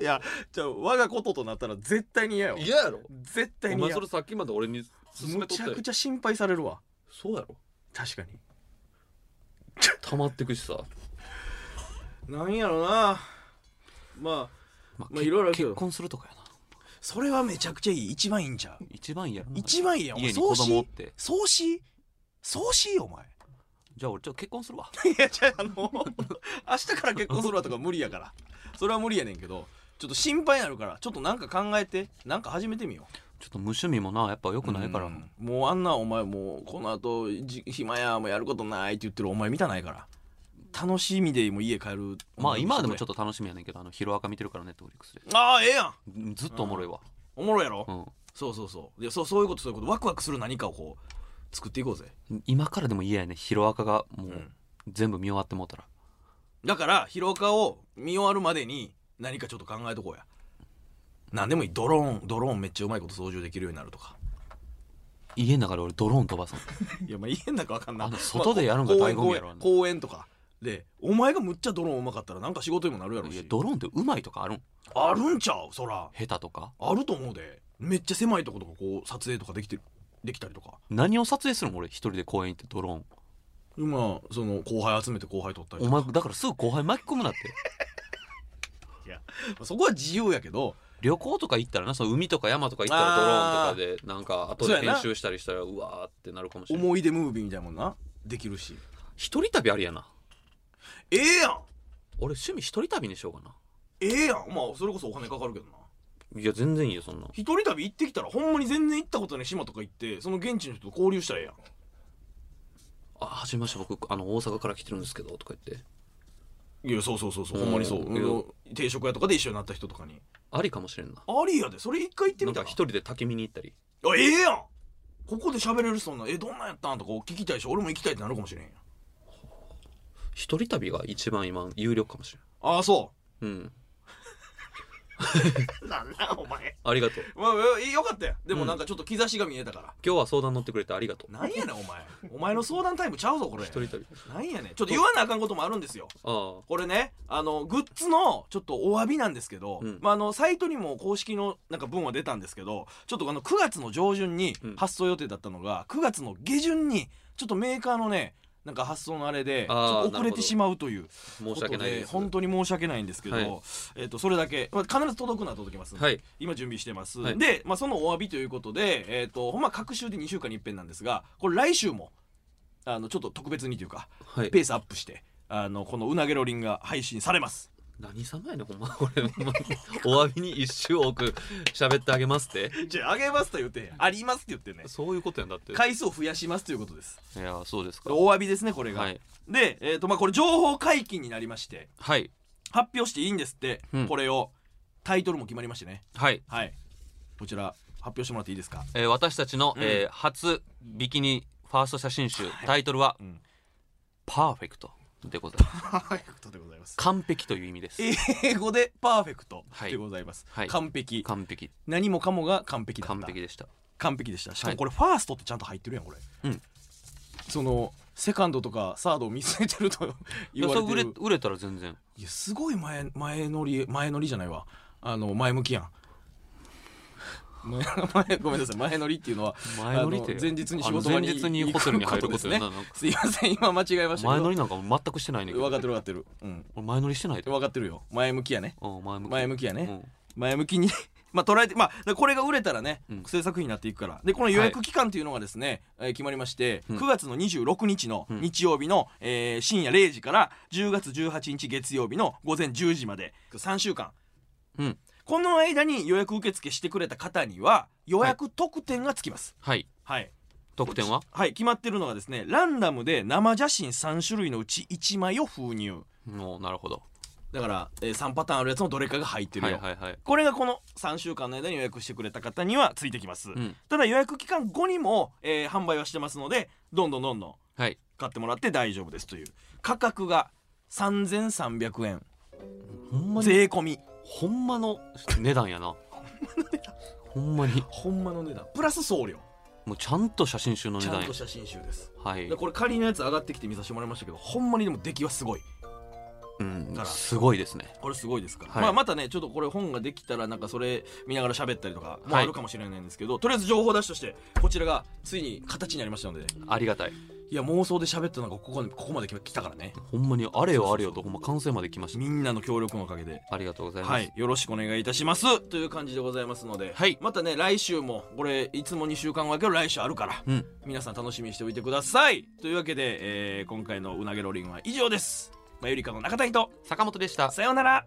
[SPEAKER 1] いやじゃあ我がこととなったら絶対 に嫌よ
[SPEAKER 2] 嫌やろ。
[SPEAKER 1] 絶
[SPEAKER 2] お
[SPEAKER 1] 対に
[SPEAKER 2] 前
[SPEAKER 1] 嫌
[SPEAKER 2] それさっきまで俺に勧め
[SPEAKER 1] む
[SPEAKER 2] と
[SPEAKER 1] ち
[SPEAKER 2] った
[SPEAKER 1] ゃ
[SPEAKER 2] やん
[SPEAKER 1] く。ちゃ心配されるわ
[SPEAKER 2] そうやろ。
[SPEAKER 1] 確かに
[SPEAKER 2] 溜まってくしさ。
[SPEAKER 1] なんやろなまあ
[SPEAKER 2] ま
[SPEAKER 1] まあいろいろあるけど
[SPEAKER 2] 結婚するとかやな。
[SPEAKER 1] それはめちゃくちゃいい一番いいんちゃう
[SPEAKER 2] 一番いいやろな。
[SPEAKER 1] 一番いいやんお前
[SPEAKER 2] 家に
[SPEAKER 1] そ
[SPEAKER 2] 子
[SPEAKER 1] うし
[SPEAKER 2] 供おって。
[SPEAKER 1] そうしそうしお前
[SPEAKER 2] じゃあ俺ちょっと結婚 するわ。
[SPEAKER 1] いや、じゃあ、あの、明日から結婚するわとか無理やから。それは無理やねんけど、ちょっと心配になるから、ちょっとなんか考えて、なんか始めてみよう。
[SPEAKER 2] ちょっと無趣味もな、やっぱ良くないから。
[SPEAKER 1] うんもうあんなお前もう、この後、じ暇や、もうやることないって言ってるお前見たないから。楽しみでもう家帰る。
[SPEAKER 2] まあ今でもちょ
[SPEAKER 1] っ
[SPEAKER 2] っと楽しみやねんけど、あの、ヒロアカ見てるからネットフリックスで。
[SPEAKER 1] と。ああ、ええやん。
[SPEAKER 2] ずっとおもろいわ。
[SPEAKER 1] おもろいやろ。
[SPEAKER 2] うん。
[SPEAKER 1] そうそうそう。いや、そう、そういうこと、そういうこと、ワクワクする何かをこう、作っていこうぜ。
[SPEAKER 2] 今からでも嫌やねヒロアカがもうん全部見終わってもうたら
[SPEAKER 1] だから、ヒロアカを見終わるまでに、何かちょっと考えとこうや。なんでもいい。ドローン、ドローンめっちゃうまいこと操縦できるようになるとか。
[SPEAKER 2] 家の中で俺ドローン飛ばすの
[SPEAKER 1] いやまあ家の中わかんな
[SPEAKER 2] あ
[SPEAKER 1] い
[SPEAKER 2] の外でやるんが醍醐味やろ
[SPEAKER 1] 公園公園とかでお前がむっちゃドローンうまかったらなんか仕事にもなるやろ
[SPEAKER 2] いや
[SPEAKER 1] し
[SPEAKER 2] ドローンってうまいとかあるん
[SPEAKER 1] あるんちゃうそら
[SPEAKER 2] 下手とか
[SPEAKER 1] あると思うでめっちゃ狭いとことかこう撮影とかできてるできたりとか
[SPEAKER 2] 何を撮影するん俺一人で公園行ってドローン
[SPEAKER 1] 今その後輩集めて後輩撮ったり
[SPEAKER 2] お
[SPEAKER 1] とか
[SPEAKER 2] 前だからすぐ後輩巻き込むなって
[SPEAKER 1] そこは自由やけど
[SPEAKER 2] 旅行とか行ったらなその海とか山とか行ったらドローンとかでなんか後で
[SPEAKER 1] そうやな
[SPEAKER 2] 編集したりしたらうわーってなるかもしれない
[SPEAKER 1] 思い出ムービーみたいなもんなできるし
[SPEAKER 2] 一人旅ありやな
[SPEAKER 1] ええやん
[SPEAKER 2] 俺趣味一人旅にしようか
[SPEAKER 1] ええやんまあそれこそお金かかるけどない
[SPEAKER 2] や全然いいよそんな
[SPEAKER 1] 一人旅行ってきたらほんまに全然行ったことない島とか行ってその現地の人と交流したらええやん
[SPEAKER 2] あはじめまして僕あの大阪から来てるんですけどとか言って
[SPEAKER 1] いやそうそうそうそうほんまにそう、
[SPEAKER 2] うんいや
[SPEAKER 1] うん定食屋とかで一緒になった人とかに
[SPEAKER 2] ありかもしれんな
[SPEAKER 1] ありやでそれ一回行って
[SPEAKER 2] な
[SPEAKER 1] み
[SPEAKER 2] ん
[SPEAKER 1] た
[SPEAKER 2] から一人で滝見に行ったり
[SPEAKER 1] あええやんここで喋れるそんなえどんなんやったんとか聞きたいし俺も行きたいってなるかもしれんやん
[SPEAKER 2] 一人旅が一番今有力かもし
[SPEAKER 1] ああそ
[SPEAKER 2] れんうん
[SPEAKER 1] なんなんお前
[SPEAKER 2] ありがとう
[SPEAKER 1] まあよかったよでもなんかちょっと兆しが見えたから、
[SPEAKER 2] 今日は相談乗ってくれてありがとう
[SPEAKER 1] なんやねんお前お前の相談タイムちゃうぞこれ
[SPEAKER 2] 一人旅
[SPEAKER 1] なんやねんちょっと言わなあかんこともあるんですよ
[SPEAKER 2] あ
[SPEAKER 1] これねあのグッズのちょっとお詫びなんですけど、
[SPEAKER 2] うん
[SPEAKER 1] まあ、あのサイトにも公式のなんか文は出たんですけどちょっとあの9月の上旬に
[SPEAKER 2] うん
[SPEAKER 1] 発送予定だったのが、9月の下旬にちょっとメーカーのねなんか発送のあれでち
[SPEAKER 2] あー
[SPEAKER 1] ょっと
[SPEAKER 2] な
[SPEAKER 1] 遅
[SPEAKER 2] る
[SPEAKER 1] れ
[SPEAKER 2] ほど
[SPEAKER 1] てしまうという
[SPEAKER 2] あ申し訳ないです
[SPEAKER 1] こと本当に申し訳ないんですけど、
[SPEAKER 2] はい
[SPEAKER 1] えっとそれだけ、まあ、必ず届くのは届きますんで、
[SPEAKER 2] はい
[SPEAKER 1] 今準備してます、
[SPEAKER 2] はい
[SPEAKER 1] で、まあ、そのお詫びということで、えっとほんま各週で2週間に一遍なんですがこれ来週もあのちょっと特別にというか
[SPEAKER 2] はい
[SPEAKER 1] ペースアップしてあのこのうなげロリンが配信されます
[SPEAKER 2] 何様やねんほんまこれほんまにお詫びに一周多く喋ってあげますって
[SPEAKER 1] じゃああげますと言ってありますって言ってね
[SPEAKER 2] そういうことやんだって
[SPEAKER 1] 回数を増やしますということです
[SPEAKER 2] いやそうですか
[SPEAKER 1] お詫びですねこれが、
[SPEAKER 2] はい
[SPEAKER 1] でえっ、とまあこれ情報解禁になりまして
[SPEAKER 2] はい
[SPEAKER 1] 発表していいんですって、
[SPEAKER 2] うん
[SPEAKER 1] これをタイトルも決まりましてね
[SPEAKER 2] はい、
[SPEAKER 1] はいこちら発表してもらっていいですか
[SPEAKER 2] えー私たちの、
[SPEAKER 1] うん
[SPEAKER 2] えー初ビキニファースト写真集タイトルは
[SPEAKER 1] うん
[SPEAKER 2] 「パーフェクト」でございます
[SPEAKER 1] パーフェクトでございます
[SPEAKER 2] 完璧という意味です
[SPEAKER 1] 英語でパーフェクト
[SPEAKER 2] はい
[SPEAKER 1] でございます、
[SPEAKER 2] はい
[SPEAKER 1] 完璧
[SPEAKER 2] 完璧
[SPEAKER 1] 何もかもが完璧だった
[SPEAKER 2] 完璧でした
[SPEAKER 1] 完璧でしたしか
[SPEAKER 2] は
[SPEAKER 1] も
[SPEAKER 2] い
[SPEAKER 1] これファーストってちゃんと入ってるやんこれ、
[SPEAKER 2] うん
[SPEAKER 1] そのセカンドとかサードを見据えてると
[SPEAKER 2] い
[SPEAKER 1] 言
[SPEAKER 2] や
[SPEAKER 1] わ
[SPEAKER 2] そ
[SPEAKER 1] れて
[SPEAKER 2] れ売れ
[SPEAKER 1] る
[SPEAKER 2] 売れたら全然
[SPEAKER 1] いやすごい前前乗り前乗りじゃないわあの前向きやん 前前ごめんなさい前乗りっていうのは
[SPEAKER 2] 前乗りって
[SPEAKER 1] あの前日に仕
[SPEAKER 2] あの
[SPEAKER 1] 事場
[SPEAKER 2] 前
[SPEAKER 1] に
[SPEAKER 2] 日にホテルに入る
[SPEAKER 1] 行くことで
[SPEAKER 2] こと
[SPEAKER 1] すね
[SPEAKER 2] やななんか
[SPEAKER 1] すいません今間違えました
[SPEAKER 2] 前
[SPEAKER 1] け
[SPEAKER 2] 乗
[SPEAKER 1] ど
[SPEAKER 2] りなんか全くしてないねんけ
[SPEAKER 1] 分
[SPEAKER 2] ど
[SPEAKER 1] かってる分かってるうん
[SPEAKER 2] 俺前乗りしてないで
[SPEAKER 1] 分かってるよ前向きやね
[SPEAKER 2] うん前向き
[SPEAKER 1] 前向きやね、
[SPEAKER 2] うん
[SPEAKER 1] 前向きに まあ捉えてまあだからこれが売れたらね、
[SPEAKER 2] うん
[SPEAKER 1] 制作費になっていくからでこの予約期間というのがですね、えー決まりまして、
[SPEAKER 2] うん
[SPEAKER 1] 9月の26日の
[SPEAKER 2] うん
[SPEAKER 1] 日曜日の、えー深夜0時から10月18日月曜日の午前10時まで3週間
[SPEAKER 2] うん
[SPEAKER 1] この間に予約受付してくれた方には予約特典がつきます
[SPEAKER 2] はい
[SPEAKER 1] はい
[SPEAKER 2] 得点は
[SPEAKER 1] はい決まってるのがですねランダムで生写真3種類のうち1枚を封入
[SPEAKER 2] もうなるほど
[SPEAKER 1] だから、え3パターンあるやつのどれかが入ってる
[SPEAKER 2] は
[SPEAKER 1] よ、
[SPEAKER 2] いはいはい
[SPEAKER 1] これがこの3週間の間に予約してくれた方にはついてきます、
[SPEAKER 2] うん
[SPEAKER 1] ただ予約期間後にも、えー販売はしてますのでどんどんどんどん
[SPEAKER 2] はい
[SPEAKER 1] 買ってもらって大丈夫ですという価格が3300円
[SPEAKER 2] ほんまに
[SPEAKER 1] 税込み
[SPEAKER 2] ほんまの値段やなほんまに
[SPEAKER 1] ほんまの値段プラス送料
[SPEAKER 2] もうちゃんと写真集の値
[SPEAKER 1] ちゃ
[SPEAKER 2] 段
[SPEAKER 1] ん
[SPEAKER 2] や
[SPEAKER 1] と写真集です
[SPEAKER 2] はい
[SPEAKER 1] でこれ仮のやつ上がってきて見させてもらいましたけどほんまにでも出来はすごい
[SPEAKER 2] うん
[SPEAKER 1] から
[SPEAKER 2] すごいですね
[SPEAKER 1] これすごいですから、
[SPEAKER 2] はい
[SPEAKER 1] まあ、またねちょっとこれ本ができたらなんかそれ見ながら喋ったりとかも
[SPEAKER 2] はい
[SPEAKER 1] あるかもしれないんですけど、とりあえず情報出しとしてこちらがついに形になりましたので
[SPEAKER 2] ありがたい
[SPEAKER 1] いや妄想で喋ったのがここにここまで来たからね
[SPEAKER 2] ほんまにあれよあれよとほんま完成まで来まし
[SPEAKER 1] みんなの協力のおかげで。
[SPEAKER 2] たありがとうございます、
[SPEAKER 1] はい、よろしくお願いいたしますという感じでございますので、
[SPEAKER 2] はい
[SPEAKER 1] またね来週もこれいつも2週間分けど来週あるから
[SPEAKER 2] うん
[SPEAKER 1] 皆さん楽しみにしておいてくださいというわけで、えー今回の「うなげローリング」は以上です。まゆりかの中谷と
[SPEAKER 2] 坂本でした
[SPEAKER 1] さようなら